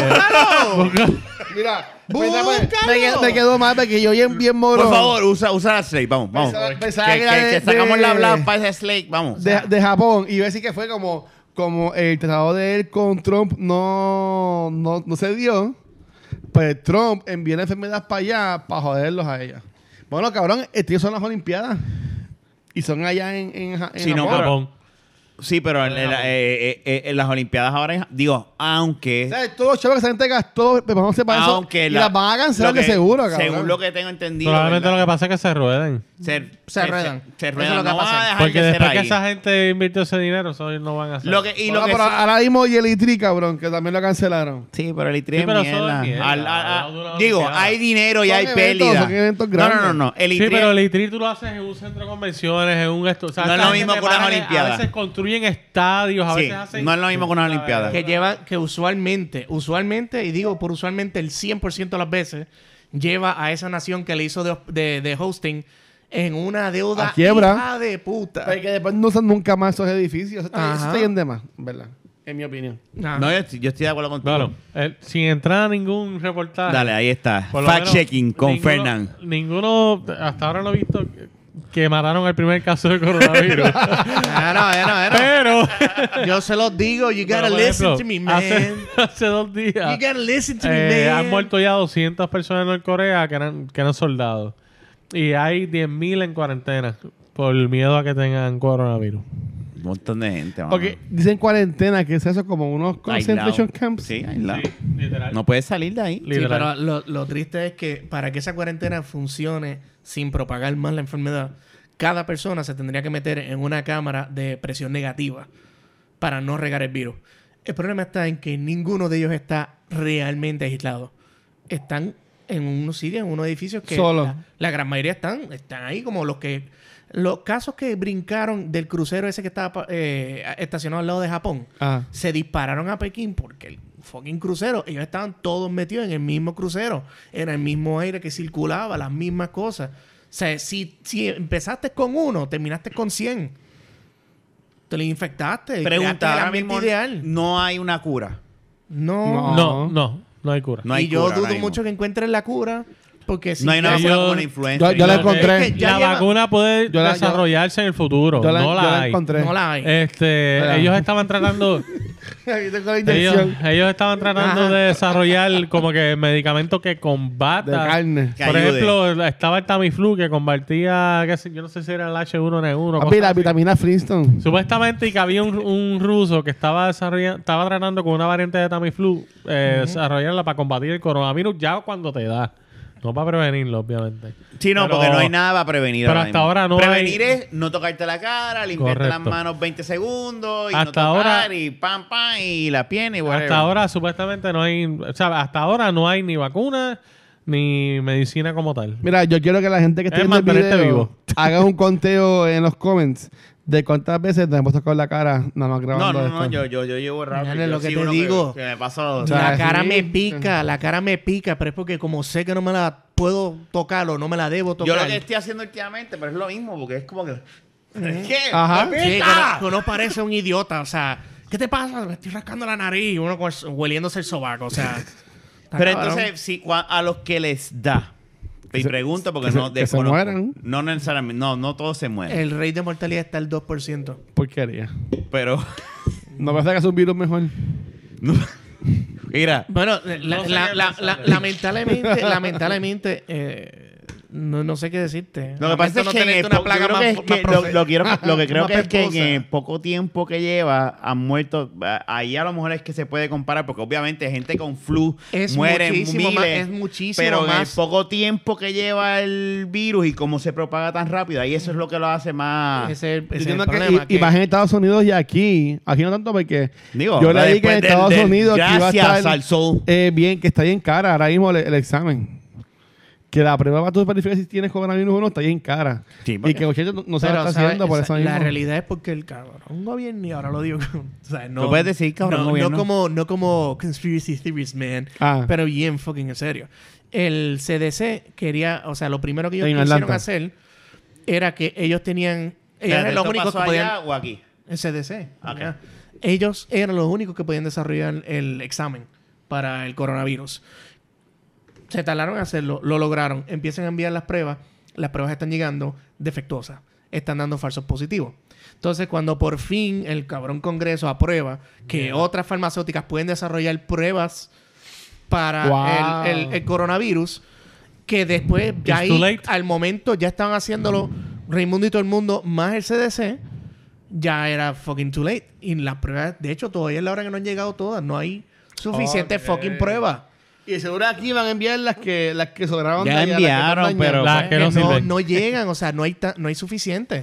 Mira,
¡Búscalo!
me, me quedó- me quedó mal porque yo bien, bien moro.
Por favor, usa, usa la Slate, vamos, vamos.
Pensaba- pensaba
Pues, que,
que era
que- que
de-
sacamos la
de-
bla para esa Slate, vamos.
De, de Japón. Y yo decía que fue como, como el tratado de él con Trump no, no, no se dio. Pues Trump envió la enfermedad para allá para joderlos a ella. Bueno, cabrón, estos son las Olimpiadas. Y son allá en, en, Ja- en
Sí, no,
Japón.
Japón.
Sí, pero en, en la- eh, eh, eh, en las Olimpiadas ahora, es- digo, aunque...
O sea, todos los chavos que esa gente gastó, pues, preparándose para eso.
aunque
y
la-
las van a cancelar,
lo
que, seguro, cabrón.
Según lo que tengo entendido.
Probablemente lo
¿verdad?
que pasa es que se rueden.
se,
Se ruedan.
Se,
Eso es
ruedan.
lo que
no
va a
van a
pasar.
dejar
Porque
de ser
después que
ahí.
esa gente invirtió ese dinero, eso ellos no van a hacer.
Lo que, y
Bueno,
lo que
pero
sí-
ahora mismo Jelly Tree, cabrón, que también lo cancelaron.
Sí, pero el ITRI
Sí,
es
pero eso es
mierda.
mierda.
Al- a- a-
Al lado de una
digo,
olimpiada.
hay dinero y
Son
hay
eventos,
pérdida.
son eventos
no, no, no,
grandes.
no. El
Sí,
ITRI
pero el ITRI tú lo haces en un centro de convenciones, en un... estu- o sea,
No es
esta
lo
gente
mismo que
paga
unas
que
olimpiadas.
A veces construyen estadios, a
Sí,
veces hacen...
no es lo mismo que unas olimpiadas.
que lleva que usualmente, usualmente, y digo por usualmente el 100% de las veces, lleva a esa nación que le hizo de, de- de hosting en una deuda
A quiebra.
hija de puta.
Porque después no usan nunca más esos edificios. Eso está, eso
Ajá.
está bien de más, ¿verdad? En mi opinión.
Ah.
No, yo, estoy- yo estoy de acuerdo contigo.
Claro, el- eh, sin entrar a ningún reportaje.
Dale, ahí está.
Ah. por lo menos
Fact checking con
ninguno- (laughs)
Fernán.
Ninguno, hasta ahora no he visto que- que mataron al primer caso de coronavirus.
(laughs)
Ah, no, eh, no, eh, no.
pero...
Yo se los digo, you
pero,
gotta
por
listen
ejemplo,
to me, man.
hace, (laughs) hace dos
You
días
gotta listen to
eh,
me, man.
han muerto ya 200 personas en Norcorea que eran, que eran soldados. Y hay 10.000 en cuarentena por miedo a que tengan coronavirus.
Un montón de gente, mano.
Porque dicen cuarentena, que es eso? Como unos concentration
Aislado.
camps.
Sí, aislado.
literal.
No puedes salir de ahí.
Sí,
Literal.
pero lo, lo triste es que para que esa cuarentena funcione sin propagar más la enfermedad, cada persona se tendría que meter en una cámara de presión negativa para no regar el virus. El problema está en que ninguno de ellos está realmente aislado. Están en unos sitios, en unos edificios que
Solo.
La, la gran mayoría están, están ahí como los que... Los casos que brincaron del crucero ese que estaba pa- eh, estacionado al lado de Japón
Ah.
se dispararon a Pekín porque el fucking crucero, ellos estaban todos metidos en el mismo crucero, en el mismo aire que circulaba, las mismas cosas. O sea, si, si empezaste con uno, terminaste con 100. Te le infectaste. creaste el
Pregunta, ahora
ambiente
mismo
ideal.
no hay una cura.
No.
No, no, no hay cura.
No hay
y yo
cura ahora
dudo
mismo.
mucho que encuentren la cura porque si
No hay
ya-
una vacuna
Yo-
como la influenza.
yo- yo la
ni nada.
encontré.
Es que ya
la
lleva-
vacuna puede
Yo la- yo-
desarrollarse en el futuro.
Yo la,
no la,
yo la
hay.
encontré. (laughs)
no la hay.
Este,
Espera.
ellos estaban
(laughs)
tratando,
Ahí tengo la
ellos,
inyección
ellos estaban tratando
Ajá.
de desarrollar como que medicamentos que
de
combatan.
carne.
Que
Por
ayude.
ejemplo, estaba el Tamiflu que combatía, qué sé- yo no sé si era el H1N1.
Papi,
cosas
la
así.
vitamina Flintstone.
Supuestamente y que había un, un ruso que estaba desarrollando, estaba tratando con una variante de Tamiflu, eh, desarrollarla para combatir el coronavirus ya cuando te da. No para prevenirlo, obviamente.
Sí, no,
Pero-
porque no hay nada para prevenir.
pero hasta
mismo.
ahora no
Prevenir
hay-
es no tocarte la cara, limpiarte las
Correcto.
manos 20 segundos y no
Hasta
tocar
ahora-
y pam, pam, y la pierna y whatever.
Hasta ahora supuestamente no hay, o sea, hasta ahora no hay ni vacuna ni medicina como tal.
Mira, yo quiero que la gente que esté
Es
viendo el
mantenerte
video
vivo.
(laughs) haga un conteo en los comments de cuántas veces te hemos tocado la cara nada más grabando
No, no, no,
esto.
yo, yo, yo llevo rápido.
Dale,
yo
lo que
sí,
te
uno
digo.
Que, me pasó.
O sea,
la cara
sí.
me pica, la cara me pica, pero es porque como sé que no me la puedo tocar o no me la debo tocar.
yo lo que estoy haciendo últimamente, pero es lo mismo, porque es como que. ¿Qué?
Ajá.
¡Me
Sí, que
pica!
uno, que uno parece un idiota, o sea, ¿qué te pasa? Me estoy rascando la nariz y uno con el- hueliéndose el sobaco, o sea.
(laughs)
está
Pero
cabrón.
entonces, si, cua- a los que les da. Y pregunto porque
que se-
no
que se
desconozco.
mueran.
No necesariamente. No, no todos se mueren.
El rey de mortalidad está al 2%.
Porquería.
Pero. (laughs)
No me que es un virus mejor.
No. Mira,
Bueno,
sé
la- la-
qué
la-
pensar.
la- lamentablemente, lamentablemente, eh, no, no sé qué decirte.
lo que pasa
Lamento
es
no
que, en
tenerte
el
una
po-
plaga
yo creo que
más-
es que
más
lo,
profe-
lo quiero- lo
(laughs)
que creo
más
que es que en
peposa.
el poco tiempo que lleva han muerto. ah, Ahí a lo mejor es que se puede comparar, porque obviamente gente con flu
Es
muere
muchísimo
miles.
más- es muchísimo
pero en el
más.
poco tiempo que lleva el virus y cómo se propaga tan rápido, ahí eso es lo que lo hace más.
Eh, Ese es el-
Yo
ese es el
entiendo que
problema,
i-
que-
imagen en Estados Unidos y aquí. Aquí no tanto porque
Digo,
yo leí que
después
en
del-
Estados
del-
Unidos que iba a
gracias
estar
al sol.
eh, bien, que está bien cara ahora mismo el, el examen. Que la prueba para tú verificar si tienes coronavirus o no está bien cara.
Sí,
y
porque-
que muchachos no, no se
Pero,
la está
¿sabes?
haciendo por
Esa-
eso mismo.
La realidad es porque el cabrón gobierno, y ahora lo digo. (laughs) con- o sea, no,
Lo puedes decir, cabrón
no,
gobierno.
No como, no como conspiracy theories, man.
Ah.
Pero bien fucking en serio. El CDC quería, o sea, lo primero que ellos
En
quisieron
Atlanta.
hacer era que ellos tenían. Ellos
Espérate,
eran los
¿esto
únicos que
pasó
podían.
allá o aquí?
El CDC.
Ok.
ya. Ellos eran los únicos que podían desarrollar el examen para el coronavirus. Se tardaron en hacerlo, lo lograron. Empiezan a enviar las pruebas. Las pruebas están llegando defectuosas. Están dando falsos positivos. Entonces, cuando por fin el cabrón Congreso aprueba que otras farmacéuticas pueden desarrollar pruebas para
Wow.
el, el- el coronavirus, que después
It's
ya ahí,
too late.
al momento ya estaban haciéndolo Raimundo y todo el mundo, más el CDC, ya era fucking too late. Y las pruebas, de hecho, todavía es la hora que no han llegado todas. No hay suficiente
Ok.
fucking pruebas.
Y seguro aquí van a enviar las que, las que sobraron.
Ya
allá,
enviaron,
las que están
pero-
dañadas.
Las que no
Que no,
sirven.
no llegan, o sea, no hay, ta- no hay suficiente.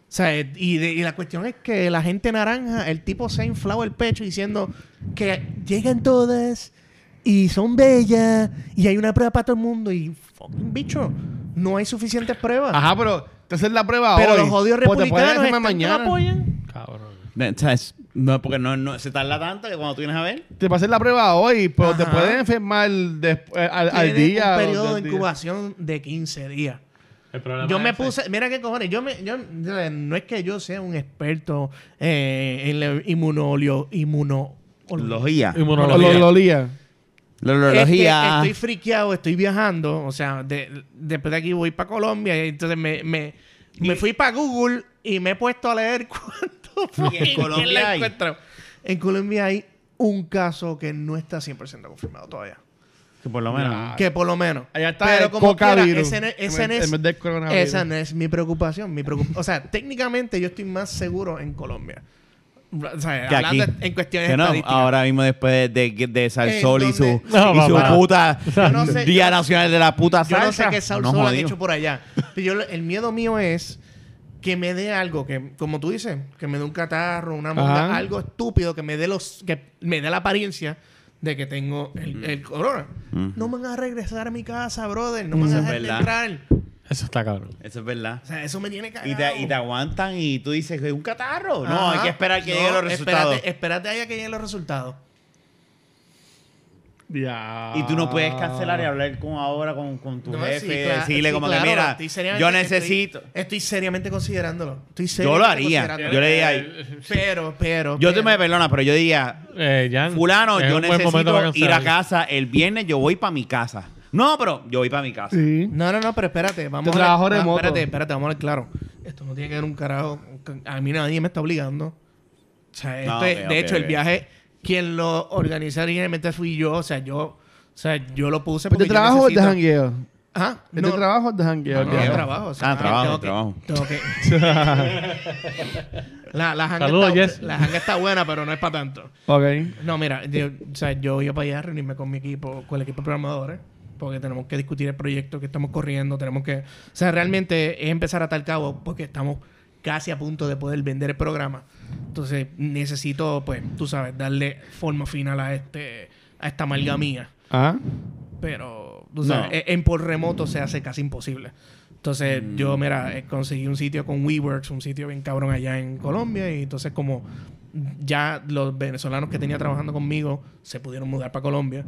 O sea, eh, y, de- y la cuestión es que la gente naranja, el tipo se ha inflado el pecho diciendo que llegan todas y son bellas y hay una prueba para todo el mundo y fucking bicho, no hay suficientes pruebas.
Ajá, pero te haces la prueba
Pero
hoy.
los jodidos
pues te pueden
republicanos
hacer más
están que no
mañana.
apoyan.
Cabrón.
O sea, es- No, porque no, no- se tarda tanto que cuando tú vienes a ver.
Te pasas la prueba hoy, pero te
Ajá.
pueden enfermar despu- eh, al, al
Tienen
día.
un
o
periodo
dos
de
días.
incubación de 15 días.
El problema
Yo
es
me
ese.
puse, mira qué cojones, yo me, yo, no es que yo sea un experto eh, en la inmunolio, inmuno, este,
Logía.
Lo,
Inmunología.
lo, lo lía.
Es que
Lolología.
estoy friqueado, estoy viajando. O sea, de- después de aquí voy para Colombia. Y entonces me, me, me fui para Google y me he puesto a leer (laughs) cuánto
Y en Colombia
la
hay.
encuentro. En Colombia hay un caso que no está 100% confirmado todavía.
Que por lo menos.
Ah.
Que por lo menos.
Allá está
Pero
el
como quiera,
cocavirus,
ese no es-
en vez-
ese no es-
en vez del coronavirus.
Esa no es mi preocupación. Mi preocup- o sea, técnicamente yo estoy más seguro en Colombia. O sea,
que
hablando
aquí.
en cuestiones
Que no,
estadísticas.
ahora mismo después de, de, de Salsol
En
y su,
donde-
No,
y su
papá.
puta
Yo no sé-
Día Nacional de la puta
Yo
salsa.
no sé qué Saul
Nos
Sol han
jodimos.
hecho por allá. Pero yo lo- el miedo mío es que me dé algo, que como tú dices, que me dé un catarro, una monga,
Ajá.
algo estúpido que me dé los, que me dé la apariencia de que tengo
Mm.
el, el corona. No me van a regresar a mi casa, brother. No me van
Mm. Eso
a
es
dejar de
verdad.
entrar.
Eso está cabrón.
Eso es verdad.
O sea, eso me tiene cagado.
Y te, y te aguantan y tú dices, es un catarro. No,
Ajá.
hay que esperar que
No,
lleguen los resultados.
Espérate, espérate ahí a que lleguen los resultados.
Ya.
Y tú no puedes cancelar y hablar con ahora con, con tu
No,
jefe,
sí, cla-
decirle
sí,
como
claro,
que mira,
estoy seriamente-
yo
estoy-
necesito.
Estoy, seriamente considerándolo. Estoy
yo lo
seriamente
haría.
considerándolo.
Yo le diría,
Pero, pero.
yo te
pero-
me perdona, pero yo diría,
Eh, Jan,
fulano,
es
yo
un buen momento para
necesito ir a
cancelar.
casa el viernes, yo voy para mi casa. No, pero yo voy para mi casa.
Sí.
No, no, no, pero espérate. Vamos
De
a hablar-
Este trabajo
va-
remoto.
Espérate, espérate, vamos a hablar claro. Esto no tiene que ver un carajo. con- A mí nadie me está obligando. O sea, esto
No,
es-
ok,
de
ok,
hecho, el
ok.
viaje, quien lo organizó originalmente fui yo. O sea, yo, o sea, yo lo puse
¿Es Pues de
porque yo
Este trabajo Este o es de
necesito-
jangueo?
Ajá.
¿Es
no,
de trabajo o es de jangueo?
No,
Ya.
de trabajo. o sea,
Ah, trabajo,
tengo que-
trabajo.
tengo (laughs) que- la, la janga
Saludos,
está,
Jess.
la janga está buena, pero no es para tanto.
Ok.
No, mira, yo, o sea, yo iba para allá a reunirme con mi equipo, con el equipo de programadores, porque tenemos que discutir el proyecto que estamos corriendo, tenemos que... O sea, realmente es empezar a tal cabo, porque estamos casi a punto de poder vender el programa. Entonces, necesito, pues, tú sabes, darle forma final a este a esta amalga mía.
Ah.
Pero, tú sabes,
No.
e- en por remoto se hace casi imposible. Entonces,
Mm.
yo, mira, eh, conseguí un sitio con WeWorks, un sitio bien cabrón allá en Colombia. Y entonces, como ya los venezolanos que tenía trabajando conmigo se pudieron mudar para Colombia,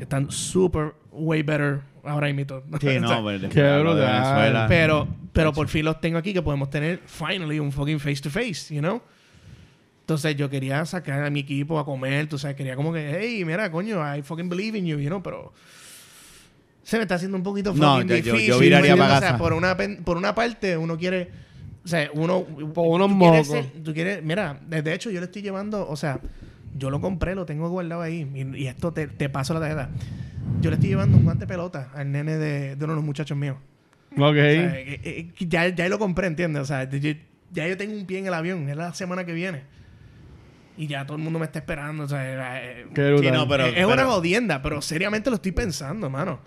están súper, way better ahora mismo.
Sí,
(laughs) O sea,
no, pero
Qué
hablo de
brutal.
Venezuela.
pero, pero por fin los tengo aquí que podemos tener finally un fucking face to face, you know? Entonces yo quería sacar a mi equipo a comer, tú sabes, quería como que, hey, mira, coño, I fucking believe in you, you know, pero se me está haciendo un poquito
No,
fucking
yo- yo- yo
difícil.
viraría
¿me
pa'
entiendes? O
casa.
sea, por una, pen- por una parte uno quiere, o sea, uno...
Por unos
tú
mocos.
quieres ser- tú quieres, mira, de de hecho yo le estoy llevando, o sea, Yo lo compré, lo tengo guardado ahí. Y, y esto te, te paso la tarjeta. Yo le estoy llevando un guante de pelota al nene de, de uno de los muchachos míos. O sea,
Ok.
que- eh, que- que ya, ya lo compré, ¿entiendes? O sea, yo- ya yo tengo un pie en el avión. Es la semana que viene. Y ya todo el mundo me está esperando. O sea, era- eh,
Qué brutal.
Sí, no, pero-
es, es una jodienda, pero seriamente lo estoy pensando, mano.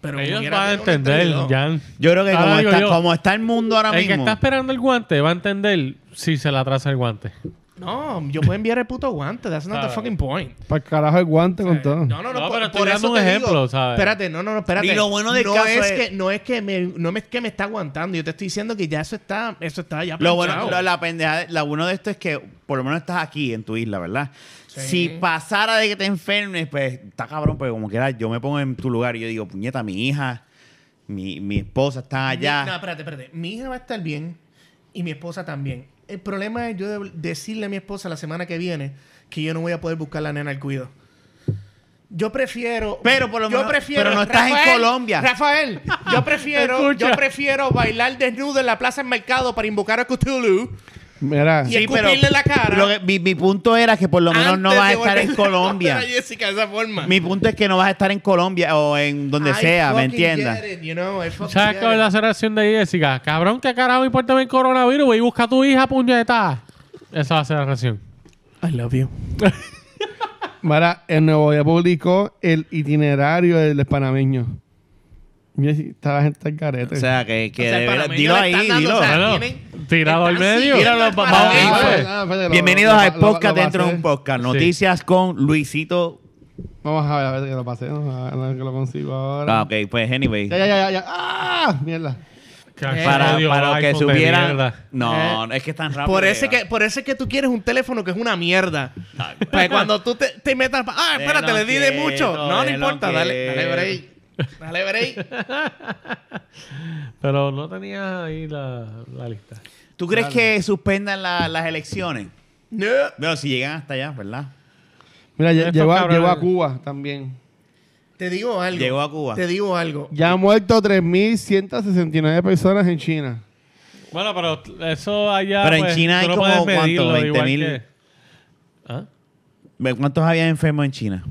Pero como
Ellos
quiera,
van a
tiene un
entender,
exterior.
Jan.
Yo creo que
Ahora
como
digo
está,
yo,
como está el mundo ahora
El que
mismo.
está esperando el guante va a entender si se le atrasa el guante.
No, yo puedo enviar el puto guante. That's not the fucking point.
Para carajo el guante con todo.
No, no, no.
No,
por,
pero estoy
por
dando
eso
un
te
ejemplo,
digo,
¿sabes?
Espérate, no, no, no, espérate.
Y lo bueno del
no
caso
es,
es-
que no es que me no es que me está aguantando, yo te estoy diciendo que ya eso está eso está ya
Lo
planchado.
bueno, lo- la pendeja, la bueno de esto es que por lo menos estás aquí en tu isla, ¿verdad?
Sí.
Si pasara de que te enfermes, pues está cabrón, pero como quiera, yo me pongo en tu lugar y yo digo, puñeta, mi hija, mi, mi esposa está allá.
Mi- no, espérate, espérate. Mi hija va a estar bien y mi esposa también. El problema es yo debo decirle a mi esposa la semana que viene que yo no voy a poder buscar la nena al cuido. Yo prefiero.
Pero por lo
yo
menos-
prefiero,
pero no estás en
Rafael,
Colombia.
Rafael,
(laughs)
yo prefiero, yo
Escucha.
prefiero bailar desnudo en la plaza del mercado para invocar a Cthulhu
Mira.
y escupirle la cara.
lo que- mi, mi punto era que por lo menos no vas
antes
a
de
estar en
volver a
Colombia.
ver a Jessica de esa forma.
Mi punto es que no vas a estar en Colombia o en donde
I
sea, ¿me
fucking
entiendas?
get it, you know, I fucking
¿Sabes
get
cuál es
it.
la oración de Jessica? Cabrón, ¿qué carajo importa el coronavirus? Ve Y busca a tu hija, puñeta. Esa va a ser la reacción.
I love you.
Mira, el Nuevo Día publicó el itinerario del panameño. Mira si está la gente en carete.
O sea, que, que
O sea, el
de verdad-
panameño
dilo
le
ahí,
están dando,
dilo.
o sea,
Bueno,
tienen-
tirado al
están
medio.
siguiendo
Tíralo
el
pa-
paralelo.
vamos a
Ah,
ver.
nada, espérate, lo-
Bienvenidos
lo-
al
lo-
podcast
lo pasé.
dentro de un podcast. Noticias con Luisito.
Vamos a ver, a ver que lo pasé. Vamos a ver, a ver que lo consigo ahora.
Ah, ok, pues anyway.
Ya, ya, ya, ya, ya. ¡Ah! Mierda.
Eh,
para,
Odio
para que
iPhone de
subieran.
mierda.
No, no, es que es tan rápido.
Por ese,
llega.
que, por ese que tú quieres un teléfono que es una mierda. Para que cuando tú te, te metas. pa- Ah, espérate,
Déjalo
le di de
quieto,
mucho. No, no
déjalo
importa. Dale, dale
quieto.
break. Dale
(laughs)
break.
Pero no tenía ahí la, la lista.
¿Tú crees que suspendan la- las elecciones?
No.
Bueno, si llegan hasta allá, ¿verdad?
Mira, lle-
Estos
llegó a,
cabrones.
llegó a Cuba también.
Te digo algo.
Llegó a Cuba.
Te digo algo.
Ya han muerto 3.169 personas en China.
Bueno, pero eso allá.
Pero en
pues,
China
tú
hay
no
como,
puedes
¿cuánto?
medirlo,
20.000.
igual que- ¿Ah?
Ve ¿Cuántos habían enfermos en China?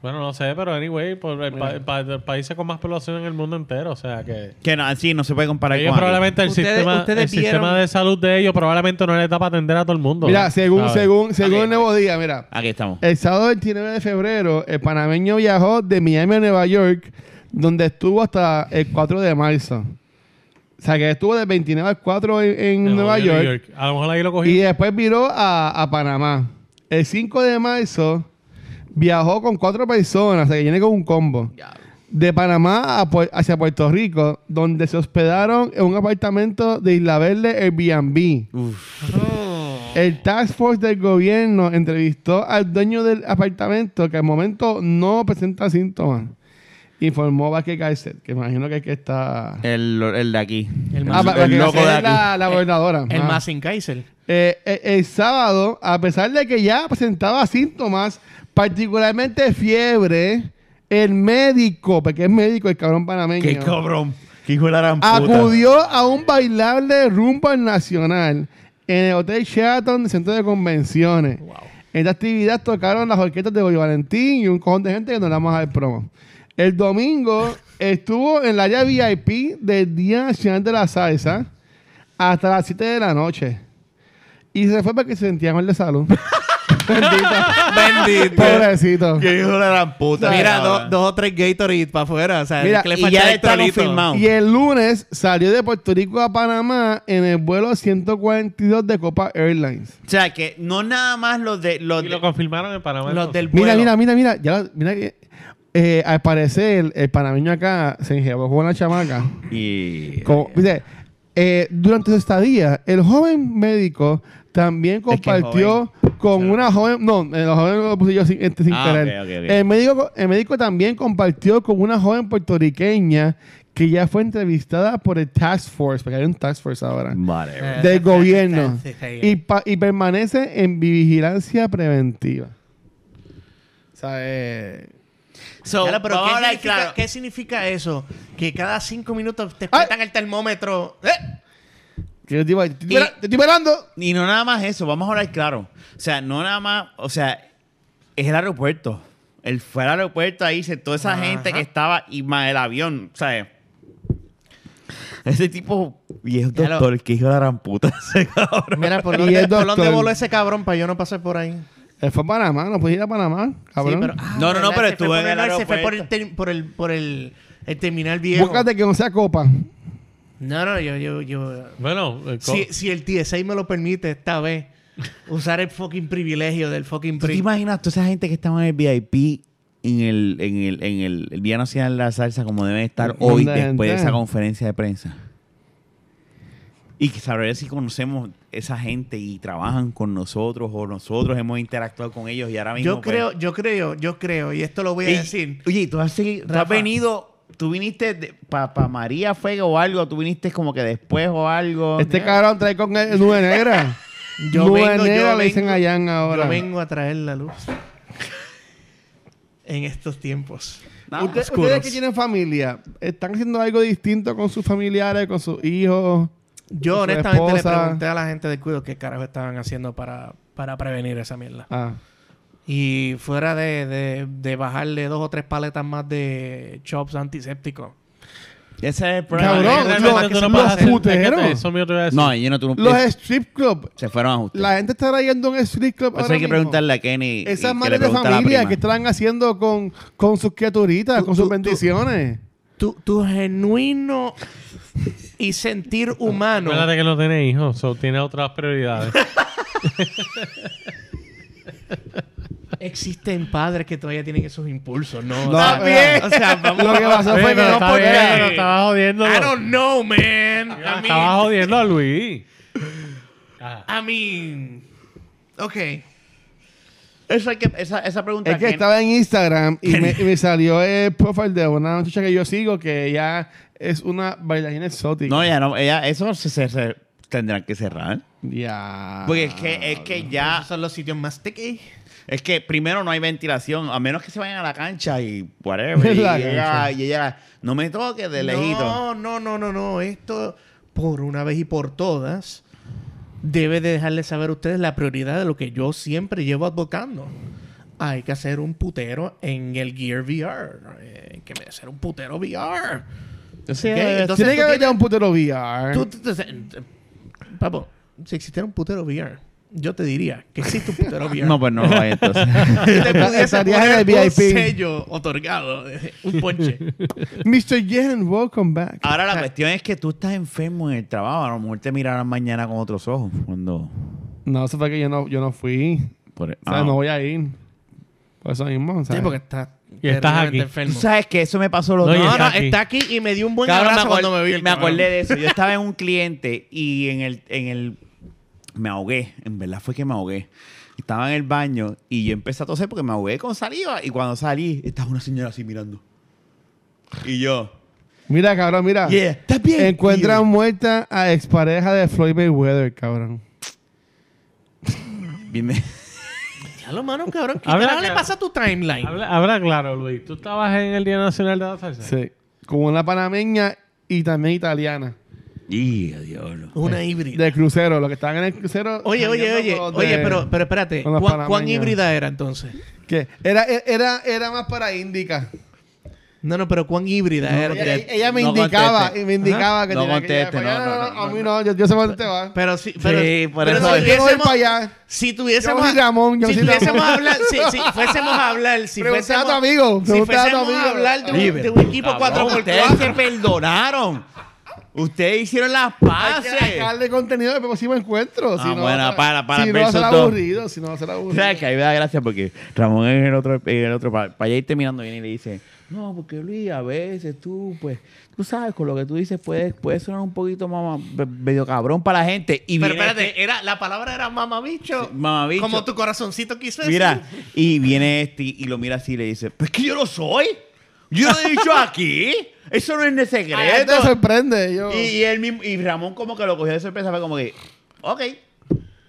Bueno, no sé, pero anyway, por el, pa- pa- el país con más población en el mundo entero, o sea que.
Que no, sí, no se puede comparar
Ellos
con. aquí.
probablemente el,
Ustedes-
sistema,
ustedes
el sistema
vieron-
de salud de ellos probablemente no les da para atender a todo el mundo.
Mira, según,
¿sabes?
según, según
Ok.
el Nuevo Día, mira.
Aquí estamos.
El sábado 29 de febrero, el panameño viajó de Miami a Nueva York, donde estuvo hasta el 4 de marzo. O sea, que estuvo del 29 al 4 en, en
Me
Nueva
jodió New
York,
A lo mejor ahí lo cogí.
y después viró a, a Panamá. El 5 de marzo viajó con cuatro personas, o sea, que viene con un combo. De Panamá a Pue- hacia Puerto Rico, donde se hospedaron en un apartamento de Isla Verde, Airbnb. El Task Force del gobierno entrevistó al dueño del apartamento que al momento no presenta síntomas. Informó Vázquez Garcet, que imagino que es que está...
El, el de aquí.
El
Ah,
más-
Vázquez
pues, el loco
Garcet
de
es la, la gobernadora.
El
Ah.
más sin Kaiser.
Eh, eh, el sábado, a pesar de que ya presentaba síntomas, particularmente fiebre, el médico, porque es médico el cabrón panameño,
Qué cabrón. Qué hijo de la gran puta.
acudió a un bailable rumbo al nacional en el Hotel Sheraton, centro de convenciones. En esta actividad tocaron las orquestas de Boy Valentín y un cojón de gente que nos la vamos a dar promo. El domingo estuvo en el área VIP del Día Nacional de la Salsa hasta las 7 de la noche. Y se fue porque se sentía mal de salud.
(laughs)
Bendito.
Pobrecito.
Qué hijo de la gran puta.
Mira, do-
cabrón.
dos o tres Gatorade para afuera. O sea,
Mira,
que le
y
falta
ya
el
está
electrolito.
confirmado.
Y el lunes salió de Puerto Rico a Panamá en el vuelo 142 de Copa Airlines.
O sea, que no nada más los de. Los
Y
de-
lo confirmaron en Panamá.
Los
entonces.
del
Mira, mira,
vuelo.
mira, mira. Ya, lo- mira que, eh, al parecer, el, el panameño acá se enjebó con una chamaca.
Y- (laughs)
Como- dice, eh, durante su estadía, el joven médico también
que es
compartió con una joven. No, el joven lo puse yo sin, este, sin
Ah,
querer.
ok, ok, ok.
El, médico, el médico también compartió con una joven puertorriqueña que ya fue entrevistada por el Task Force, porque hay un Task Force ahora
Vale.
Eh,
del
está-
gobierno
está- está- está-
y, pa- y permanece en vigilancia preventiva. O sea, eh,
So,
Claro, pero
vamos
¿qué,
a hablar
significa,
claro.
qué significa eso? Que cada cinco minutos te
¡Ay!
espetan el termómetro. ¡Eh!
Que yo te iba- te estoy vera- te estoy velando.
Y no nada más eso, vamos a hablar claro. O sea, no nada más, o sea, es el aeropuerto. El fue al aeropuerto ahí, se toda esa gente que estaba y más el avión, ¿sabes? Ese tipo, y es
Ya lo-
doctor, que hijo de la gran puta (laughs) ese cabrón.
Mira, (laughs) por
Y
dónde,
el
por dónde
doctor.
voló ese cabrón para yo no pasar por ahí.
Eh, Fue a Panamá, no puedes ir a Panamá, cabrón.
ah,
No, no, no,
¿verdad?
pero
Se fue
estuvo
por
en el
no, Se fue por el,
aeropuerto.
ter- por el, por el, el terminal viejo.
Búscate que no sea copa.
No, no, yo, yo, yo.
Bueno, eh, co-
Si, si el TSA me lo permite esta vez, usar el fucking privilegio del fucking
¿Tú te
pri.
imaginas toda esa gente que estaba en el VIP en el, en el, en el, el Día Nacional de la Salsa como deben estar
¿Dónde
hoy
gente?
después de esa conferencia de prensa? Y que saber si conocemos esa gente y trabajan con nosotros o nosotros hemos interactuado con ellos y ahora mismo...
Yo
pues-
creo, yo creo, yo creo, y esto lo voy a
Y-
decir.
Oye, tú has, segui- tú has
Rafa.
venido... Tú viniste para María Fuego o algo, tú viniste como que después o algo.
Este cabrón trae con él nube negra.
(laughs) Yo
nube
vengo, yo
negra
vengo,
le dicen a Jan ahora.
Yo vengo a traer la luz. (laughs) en estos tiempos.
Nada,
Usted-
oscuros.
ustedes que tienen familia, ¿están haciendo algo distinto con sus familiares, con sus hijos?
Yo
Su
honestamente le
esposa.
pregunté a la gente del cuido qué carajo estaban haciendo para, para prevenir esa mierda.
Ah,
Y fuera de, de- de bajarle dos o tres paletas más de chops antisépticos.
Ese es el
Cabrón,
problema.
realmente
los-
tú no
los
puedes hacer- es que
puteros.
te- Eso mío te voy a decir.
No, yo no tú no-
Los strip club.
Se fueron a ajustar.
La gente está trayendo un strip club.
Eso
ahora
hay que
mismo.
preguntarle a Kenny. y
Esas
que le
madres de
pregunte a la
familia
prima.
que están haciendo con, con sus criaturitas,
Tú-
con sus
tú- tú-
bendiciones.
Tu, tu genuino y sentir humano.
Acuérdate que no tiene hijos, o tiene otras prioridades.
Ah,
Existen padres que todavía tienen esos impulsos, ¿no?
No,
O sea,
(laughs) bien.
O sea, vamos
Lo que pasó
Oye,
fue que
pero
no
está
podía.
bien, pero estaba jodiendo.
I don't know, man. I
Estaba
mean,
jodiendo a Luis. Ajá.
I mean, ok.
Eso hay que, esa, esa pregunta
Es que estaba en Instagram y me, y me salió el profile de una muchacha que yo sigo que ella es una bailarina exótica.
No, ya no. Ella, eso se, se- se- tendrán que cerrar.
Ya.
Porque es que, es
Ah,
que
Ya.
ya.
son los sitios más sticky.
Es que primero no hay ventilación. A menos que se vayan a la cancha y
(laughs)
whatever. Y
La
ella,
cancha.
y ella, no me toques de lejito.
No, no, no, no, no. Esto, por una vez y por todas, debe de dejarles saber a ustedes la prioridad de lo que yo siempre llevo advocando. Hay que hacer un putero en el Gear VR. Eh, Hay que hacer un putero VR.
Entonces,
Ok,
eh,
entonces-
Tiene que
tú
haber ya
tienes-
un putero VR.
Tú, tú- tú- tú- papo, si existiera un putero VR, yo te diría que existe un putero VR.
(laughs) no, pues no, no hay, entonces.
(laughs) Si te pudiese
Estarías en el
poner un
VIP.
sello otorgado, (laughs) un ponche.
Mr. Jen, welcome back.
(laughs) Ahora la cuestión es que tú estás enfermo en el trabajo. A lo mejor te mirarán mañana con otros ojos. Cuando.
No, eso fue que yo no, yo no fui.
por-
O sea,
Ah.
no voy a ir. Por eso mismo.
Sí,
¿sabes?
porque estás
Y estás
terriblemente
aquí.
Tú
enfermo.
sabes que eso me pasó los
No,
dos
y
No, no,
aquí.
está aquí y me dio un buen
Cabrón,
abrazo
me, acor-
cuando me vi el
me
cabrón.
acordé de eso. Yo estaba en un cliente y en el, en el. Me ahogué. En verdad fue que me ahogué. Estaba en el baño y yo empecé a toser porque me ahogué con saliva. Y cuando salí, estaba una señora así mirando. Y yo.
Mira, cabrón, mira.
Yeah, ¿estás bien?
Encuentran muerta a expareja de Floyd Mayweather, cabrón.
Y me-
Ya lo mano, cabrón. ¿Qué
Habla,
carajo le
cabrón.
pasa a tu timeline?
Habla, habla claro, Luis. Tú estabas en el Día Nacional de la Salsa.
Sí. Como una panameña y también italiana.
Y a diablo.
Una híbrida.
De crucero. Los que estaban en el crucero.
Oye, oye,
jangueando
oye.
con los
Oye,
de-
pero, pero espérate.
con los
¿Cuán, cuán
panameños.
híbrida era entonces?
¿Qué? Era, era, era más para índica.
No, no, pero ¿cuán híbrida era?
Ella,
Porque-
ella me
No
indicaba,
conteste.
y me indicaba
Ajá.
que
No
tenía
conteste,
que ir para
no,
allá.
no, no,
a
no,
mí
no.
no, yo, yo sé por dónde te vas.
Pero sí,
Sí,
pero,
por
pero
eso
si
es.
yo voy
tuviésemos,
para allá.
si tuviésemos,
Yo soy Ramón, yo
si
soy
tuviésemos
Ramón.
a hablar, si, si fuésemos a hablar, si
Pregúntale a
fuésemos
tu amigo,
si
pregúntale a tu
fuésemos a
amigo.
hablar de un,
Libre.
de un equipo
Cabrón,
4x4,
ustedes se perdonaron. Ustedes hicieron
Hay
las
que
paces.
sacarle contenido del próximo encuentro.
Ah,
si no,
buena,
va a-
para- para
Si no va a
versos
ser
dos.
aburrido, si no va a ser
O
aburrido.
sea, que a mí me da gracia porque Ramón en el otro, en el otro para allá ir terminando viene y le dice, no, porque Luis, a veces tú, pues, tú sabes, con lo que tú dices puede, puede sonar un poquito más más- medio cabrón para la gente. Y
Pero
viene
espérate,
este-
era, la palabra era mamabicho.
Sí, mamabicho.
Como tu corazoncito quiso decir.
este, mira, y viene este y lo mira así y le dice, pues que yo lo soy. Yo lo he dicho aquí. Eso no es de
A Ah, la gente le
secreto.
sorprende. Yo.
Y, y él mismo, y Ramón como que lo cogió de sorpresa, fue como que, ok.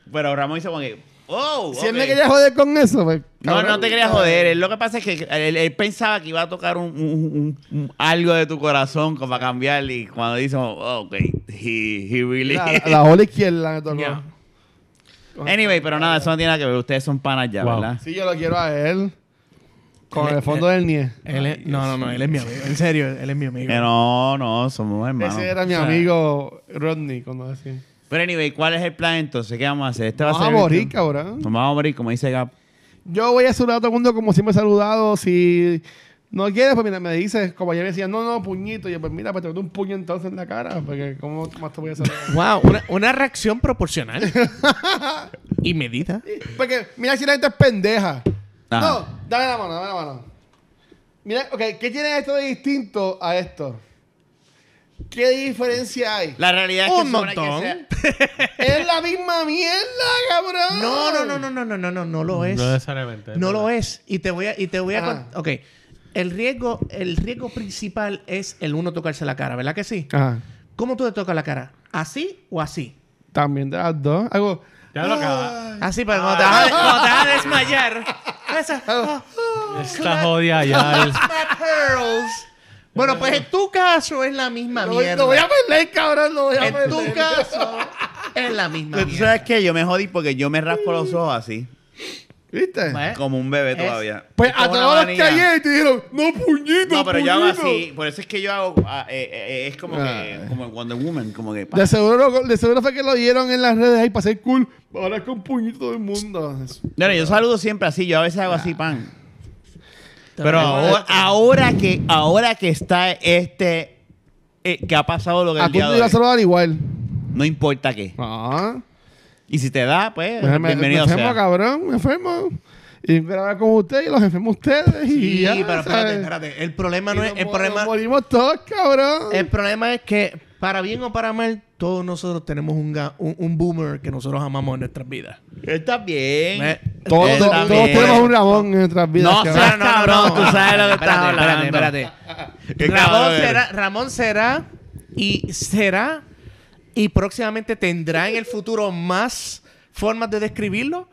Pero Ramón hizo como que, Oh,
Si él
ok.
me quería joder con eso, pues.
No,
cabrón.
no te quería joder. Él Lo que pasa es que él, él pensaba que iba a tocar un, un- un- un- algo de tu corazón como para cambiar. Y cuando dice, oh, ok, he, he really.
La, la ola izquierda me tocó.
Ya.
Anyway, pero nada, eso no tiene nada que ver. Ustedes son panas ya,
Wow.
¿verdad?
Sí, yo lo quiero a él. Con el fondo
eh,
del NIE.
Él es- no, no, no, él es mi amigo. En serio, él es mi amigo.
Que Eh, no, no, somos hermanos.
Ese era mi
o sea-
amigo Rodney, cuando decía.
Pero anyway, ¿cuál es el plan entonces? ¿Qué vamos a hacer? Este va
Vamos a
a ser.
morir, cabrón.
Nos vamos a morir, como dice Gap.
Yo voy a saludar a todo el mundo como siempre he saludado. Si no quieres, pues mira, me dices, como ayer me decían, no, no, puñito. Y yo, pues mira, pues te meto un puño entonces en la cara, porque ¿cómo más te voy a
(laughs)
saludar?
Wow, una, una reacción (laughs) proporcional. y medida.
porque mira si la gente es pendeja.
Ah.
Ajá.
No, dame la mano, dame la mano. Mira, ok, ¿qué tiene esto de distinto a esto? ¿Qué diferencia hay?
La realidad es que
Un
se supone que
montón.
sea-
es la misma mierda, cabrón.
No, no, no, no, no, no, no, no, no lo es.
No necesariamente.
No lo
¿verdad?
es. Y te voy a, y te voy a
Ah.
cont- Ok. El riesgo, el riesgo principal es el uno tocarse la cara, ¿verdad que sí?
Ajá.
¿Cómo tú te tocas la cara? ¿Así o así?
También de las dos. Hago.
Ya lo acaba.
Así, pero cuando te vas a, cuando te vas (laughs) a
(laughs)
desmayar. esa- oh,
Esta jodida
(laughs)
ya. el-
my pearls. Bueno, pues en tu caso es la misma
Lo, voy-
mierda.
lo voy a perder, cabrón. Lo voy a
En
perder.
tu caso es la misma
Pero tú
mierda.
sabes que yo me jodí porque yo me rasco los ojos así,
¿Viste?
Bueno. ¿Eh?
como un bebé
Es-
todavía.
Pues
Como
a
una
todos los que
manía.
ayer te dijeron, no puñito.
No, pero yo
puñito.
hago así. Por eso es que yo hago. ah, eh, eh, eh, es como que.
Ah.
Como en Wonder Woman. Como que. pa.
De seguro, de seguro fue que lo dieron en las redes ahí para ser cool. Ahora es con puñito todo el mundo.
No, no, yo saludo siempre así. Yo a veces hago así, pan. Pero
Te
ahora, ahora que ahora que está este. eh, que ha pasado lo que
A
el
tú te
día de
iba a
hoy,
saludar igual.
No importa qué.
Ah.
Y si te da, pues.
Me, me- me
bienvenido
enfermo,
sea.
cabrón. Me enfermo. Y grabar con ustedes y los enfermo ustedes. Y
Sí,
ya,
pero espérate,
¿sabes?
espérate. El problema
Y
no es.
nos
El
mo-
problema,
nos morimos todos, cabrón.
el problema es que, para bien o para mal, todos nosotros tenemos un, ga- un, un boomer que nosotros amamos en nuestras vidas.
Está bien.
Eh,
todos,
Él
todos-
también.
todos tenemos un Ramón en nuestras vidas.
No
cabrón.
seas cabrón, tú sabes lo que estás
Espérate, espérate,
hablando. (laughs)
espérate.
Qué cabrón
Ramón
eres.
será, Ramón será y será y próximamente tendrá en el futuro más formas de describirlo,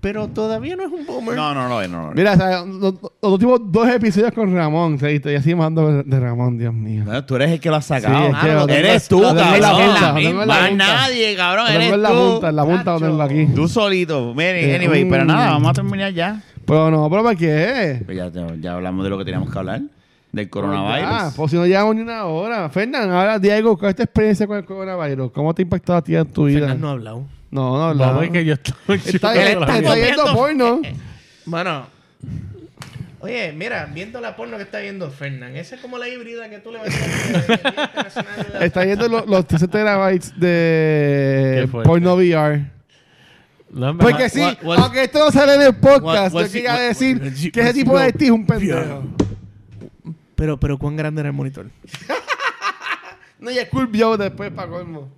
pero todavía no es un boomer.
No, no, no, no, no.
Mira, o sea, nos- nos tuvimos dos episodios con Ramón, ¿sí? y así mando de Ramón, Dios mío.
No, tú eres el que lo has sacado.
Sí, es que
Ah,
lo tengo-
eres tú,
lo tengo en la
cabrón.
punta, lo tengo en la
Más
punta.
nadie, cabrón.
Lo
Eres
tengo en la
tú.
punta, en la punta lo tengo aquí.
Tú solito. Mire,
Eh,
anyway,
mm.
pero
(laughs)
nada, vamos a terminar ya.
Pero no, pero ¿para qué?
Pues ya, te- ya hablamos de lo que teníamos que hablar, del
Ah,
coronavirus.
pues si no llevamos ni una hora. Fernán, ahora Diego, ¿cuál es tu experiencia con el coronavirus? ¿Cómo te ha impactado a ti en tu vida?
Fernan no pues ha hablado.
No, no, no.
Vamos, es que yo estoy
Está,
chupando
está-
la
está
mierda.
viendo porno.
(laughs) Bueno. Oye, mira, viendo la porno que está viendo Fernán, esa es como la híbrida que tú le vas a hacer.
Está viendo lo- los 13 terabytes de
Qué fuerte.
porno VR.
No, en verdad.
Porque sí,
what- what-
aunque esto no sale en el
what-
podcast,
what-
yo quería
what-
decir
what-
que ese
what-
tipo de ti es un
VR.
pendejo.
Pero, pero cuán grande era el monitor.
No, y es cool view después para colmo.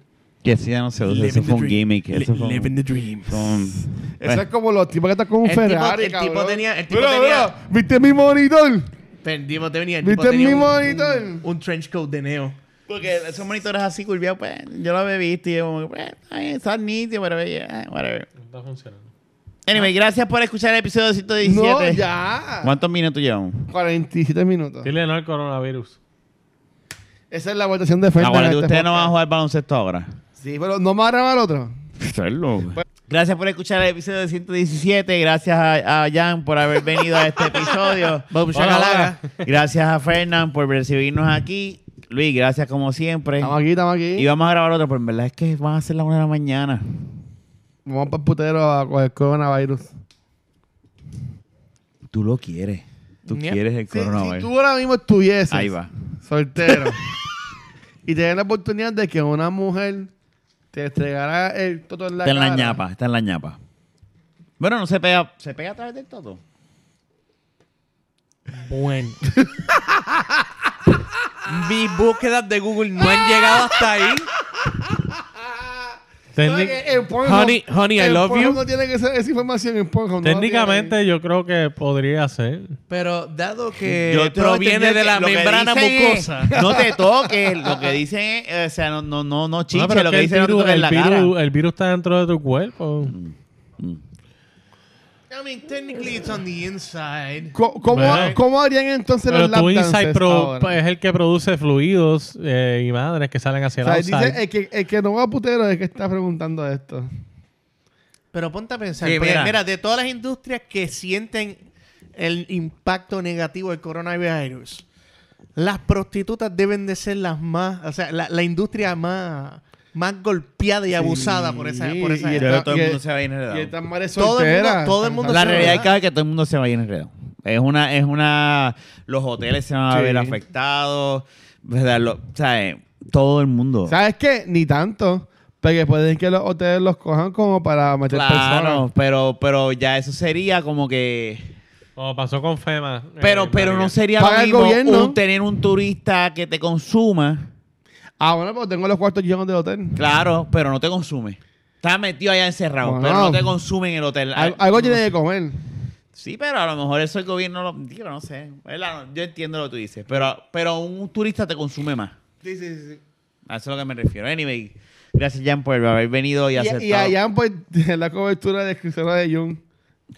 Que sí, ya no se usa. Eso
Living
fue un
the dream.
gimmick.
Li-
Eso fue
living
un...
the dream.
fue (laughs) un-
Eso
Bueno,
es como los tipos que están con un
El tipo-
Ferrari,
el tipo
cabrón.
tenía- el tipo
Mira,
tenía-
mira, ¿Viste mi monitor?
El tipo te venía, el
¿Viste
tipo tenía
mi
un,
monitor?
un- un trench coat de neo.
Porque esos monitores así curviados, pues, yo lo había visto y yo como que, pues, está bien, está nítido, pero eh, whatever.
No está funcionando.
Anyway, gracias por escuchar el episodio 117.
No, ya.
¿Cuántos minutos llevamos?
47 minutos.
Dile no al coronavirus.
Esa es la votación de Fernández.
Ahora,
en este
ustedes no van a
podcast.
jugar baloncesto ahora.
Sí, pero no me va a grabar otro.
Gracias por escuchar el episodio 117. Gracias a, a Jan por haber venido a este (laughs) episodio.
Bob Shakalaka.
Gracias a Fernán por recibirnos aquí. Luis, gracias como siempre.
Estamos aquí, estamos
Y
aquí.
vamos a grabar otro, pero en verdad es que van a ser las una de la mañana.
Vamos para el putero a coger coronavirus.
Tú lo quieres. Tú
Yeah.
quieres el
Si, si
coronavirus.
tú ahora mismo estuvieses
Ahí va. (laughs)
soltero y tenías la oportunidad de que una mujer te entregara el toto en la
Está en la
cara,
ñapa, está en la ñapa. Bueno, no se pega. ¿Se pega a través del todo?
Bueno. Mis búsquedas de Google no han llegado hasta ahí.
¿Sabes
Técnic-
que eh, en Pornhub-
Honey, honey, I
en
love
Pornhub
you.
No tiene que ser esa información en Pornhub, no la
Técnicamente yo creo que podría ser.
Pero dado que
Yo te
proviene
entendí
de
Eh,
la
que lo que
membrana
dicen es,
mucosa.
(laughs) no te toques. Lo que dicen es, eh, o sea, no, no, no, no chinche,
No, pero
lo
es
que
el
dicen no te
virus-
toques en
el
la
virus-
cara.
el virus está dentro de tu cuerpo.
Mm.
I mean, technically it's on the inside.
Co- ¿Cómo,
Bueno.
cómo harían entonces
Pero
los lap
tu
dances
inside pro- pues,
ahora?
es el que produce fluidos eh, y madres que salen hacia
O sea,
el outside.
dice, eh, el, que, el que no va a putero es que está preguntando esto.
Pero ponte a pensar,
Sí,
porque, mira.
mira.
de todas las industrias que sienten el impacto negativo del coronavirus, las prostitutas deben de ser las más, o sea, la, la industria más, más golpeada y abusada por esa, por esa-
y
Yo creo que todo el
y-
mundo se va a ir enredado.
Y estas madres
Todo el mundo-
solteras.
todo el mundo
La
se-
realidad es
¿verdad?
que, ahora que todo el mundo se va a ir enredado. Es una, es una. Los hoteles se van a
Sí.
ver afectados. ¿verdad? Lo- o sea, eh, todo el mundo.
¿Sabes qué? Ni tanto. Porque pueden que los hoteles los cojan como para meter
Claro,
personas.
pero, pero ya eso sería como que.
Como pasó con FEMA. eh,
Pero, pero no
María.
sería
Paga
lo
el
mismo
gobierno.
un- tener un turista que te consuma.
Ah, bueno, pues tengo los cuartos llenos del hotel.
Claro, pero no te consume. Estás metido allá encerrado,
Wow.
pero no te consume en el hotel.
Al- algo tiene que comer.
Sí, pero a lo mejor eso el gobierno lo. Digo, no sé. ¿verdad? Yo entiendo lo que tú dices, pero, pero un turista te consume más.
Sí, sí, sí.
A eso es lo que me refiero. Anyway, gracias, Jan, por haber venido y aceptado.
Y, y allá, pues, (laughs) la cobertura de crucero de Jung.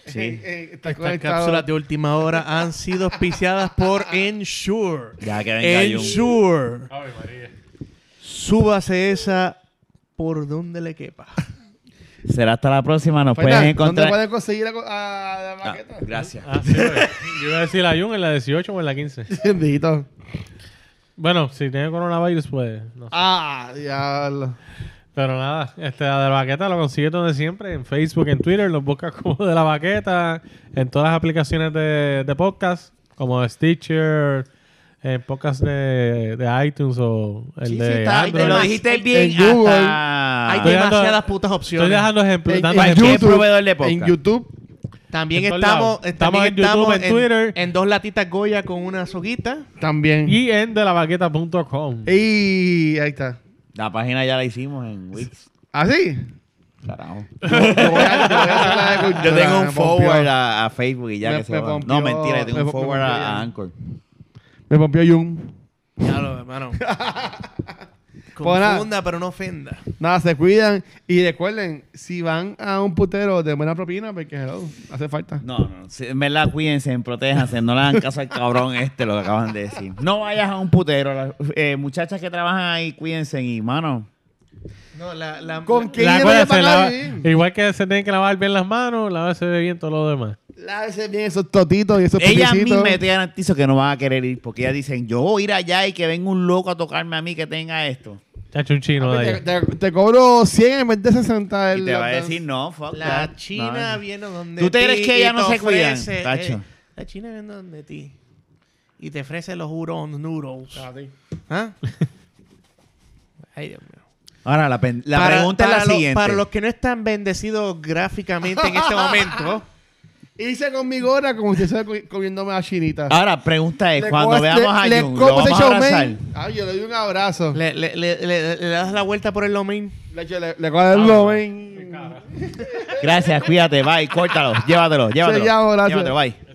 Sí.
Eh, eh, está
Estas
conectado.
cápsulas de última hora han sido auspiciadas por Ensure.
Ya que venga Jun.
Ensure.
Ay, María.
Súbase esa por donde le quepa.
Será hasta la próxima. Nos
Faitán,
pueden
Pues ¿Dónde
encontrar.
puedes conseguir a, a la
Ah,
maqueta? (laughs)
gracias.
Ah, sí, güey. Yo iba a decir la Jun en la 18 o en la 15.
Bendito.
Bueno, si tiene coronavirus, pues. No. sé.
Ah, diablo.
Pero nada, este, la de la baqueta lo consigue donde siempre: en Facebook, en Twitter, los buscas (laughs) como de la baqueta, en todas las aplicaciones de, de podcast, como Stitcher, en podcast de, de iTunes o el
Sí, sí,
de.
está-
Android.
Te lo
Además,
dijiste
en-
bien.
Ah, en Google
hasta-
Hay
Estoy dando-
demasiadas putas
Estoy
opciones.
dando ejemplos.
En,
dando
en
ejemplos.
YouTube,
proveedor de podcast.
en YouTube.
También
En todos
estamos,
lados. Estamos
también
en YouTube, en Twitter.
en dos latitas Goya con una soguita.
también. Y,
Y en de la baqueta.com.
ahí está.
La página ya la hicimos en Wix.
¿Así?
Carajo.
Yo voy a- yo voy a hacer la de cultura,
(laughs) Yo tengo un
Ah, me
forward
pompió.
a, a Facebook y ya
Me-
que se
me
va.
pompió-
No, mentira, yo tengo
me-
un forward
me
a,
pompió ya.
a Anchor.
Me pompió Jung.
Ya lo, (laughs) hermano.
Pues nada.
Confunda, pero no ofenda.
Nada, se cuidan. Y recuerden, si van a un putero de buena propina, porque hello, hace falta.
No, no, sí, en verdad, cuídense, protéjanse, no le hagan caso al cabrón este, lo que acaban de decir. No vayas a un putero. las, eh, muchachas que trabajan ahí, cuídense y, mano,
No, la, la,
¿Con qué
La-
dinero
acuérdense,
le pagan
lava-
bien?
igual que se tienen que lavar bien las manos, lavarse bien todo lo demás.
Lávese bien esos totitos y esos
Ella
pipicitos.
misma te garantizo que no van a querer ir porque ellas dicen, yo voy a ir allá y que venga un loco a tocarme a mí que tenga esto.
Chacho un chino de
Ah, pues te,
allá.
te- te cobro 100 en vez de 60.
Y
el
te va a
laptop.
decir, no, fuck
la
that.
China
No.
viene donde
¿Tú te
ti
crees que
y
ella no
te
se cuidan,
ofrece-
Tacho?
eh, la China viene donde ti. Y te ofrece los Huron Noodles. ¿Ah? Ay, Dios mío.
Ahora, la, pen- la
Para-
pregunta
para
es
lo-
la siguiente.
para los que no están bendecidos gráficamente en este momento,
Hice con mi gorra como si estuviera comi- comiéndome a chinita.
Ahora, pregunta es, Ah, eh, cuando
co-
veamos a
le
Jun,
co-
¿lo vamos
ese
a
showman.
abrazar?
Ay, yo le doy un abrazo. Le,
le, le- le- le- le das la vuelta por el lomain.
le, le, le cojo el lomen.
Gracias, cuídate, bye, córtalo, llévatelo, llévatelo.
llama, gracias.
Llévatelo, bye.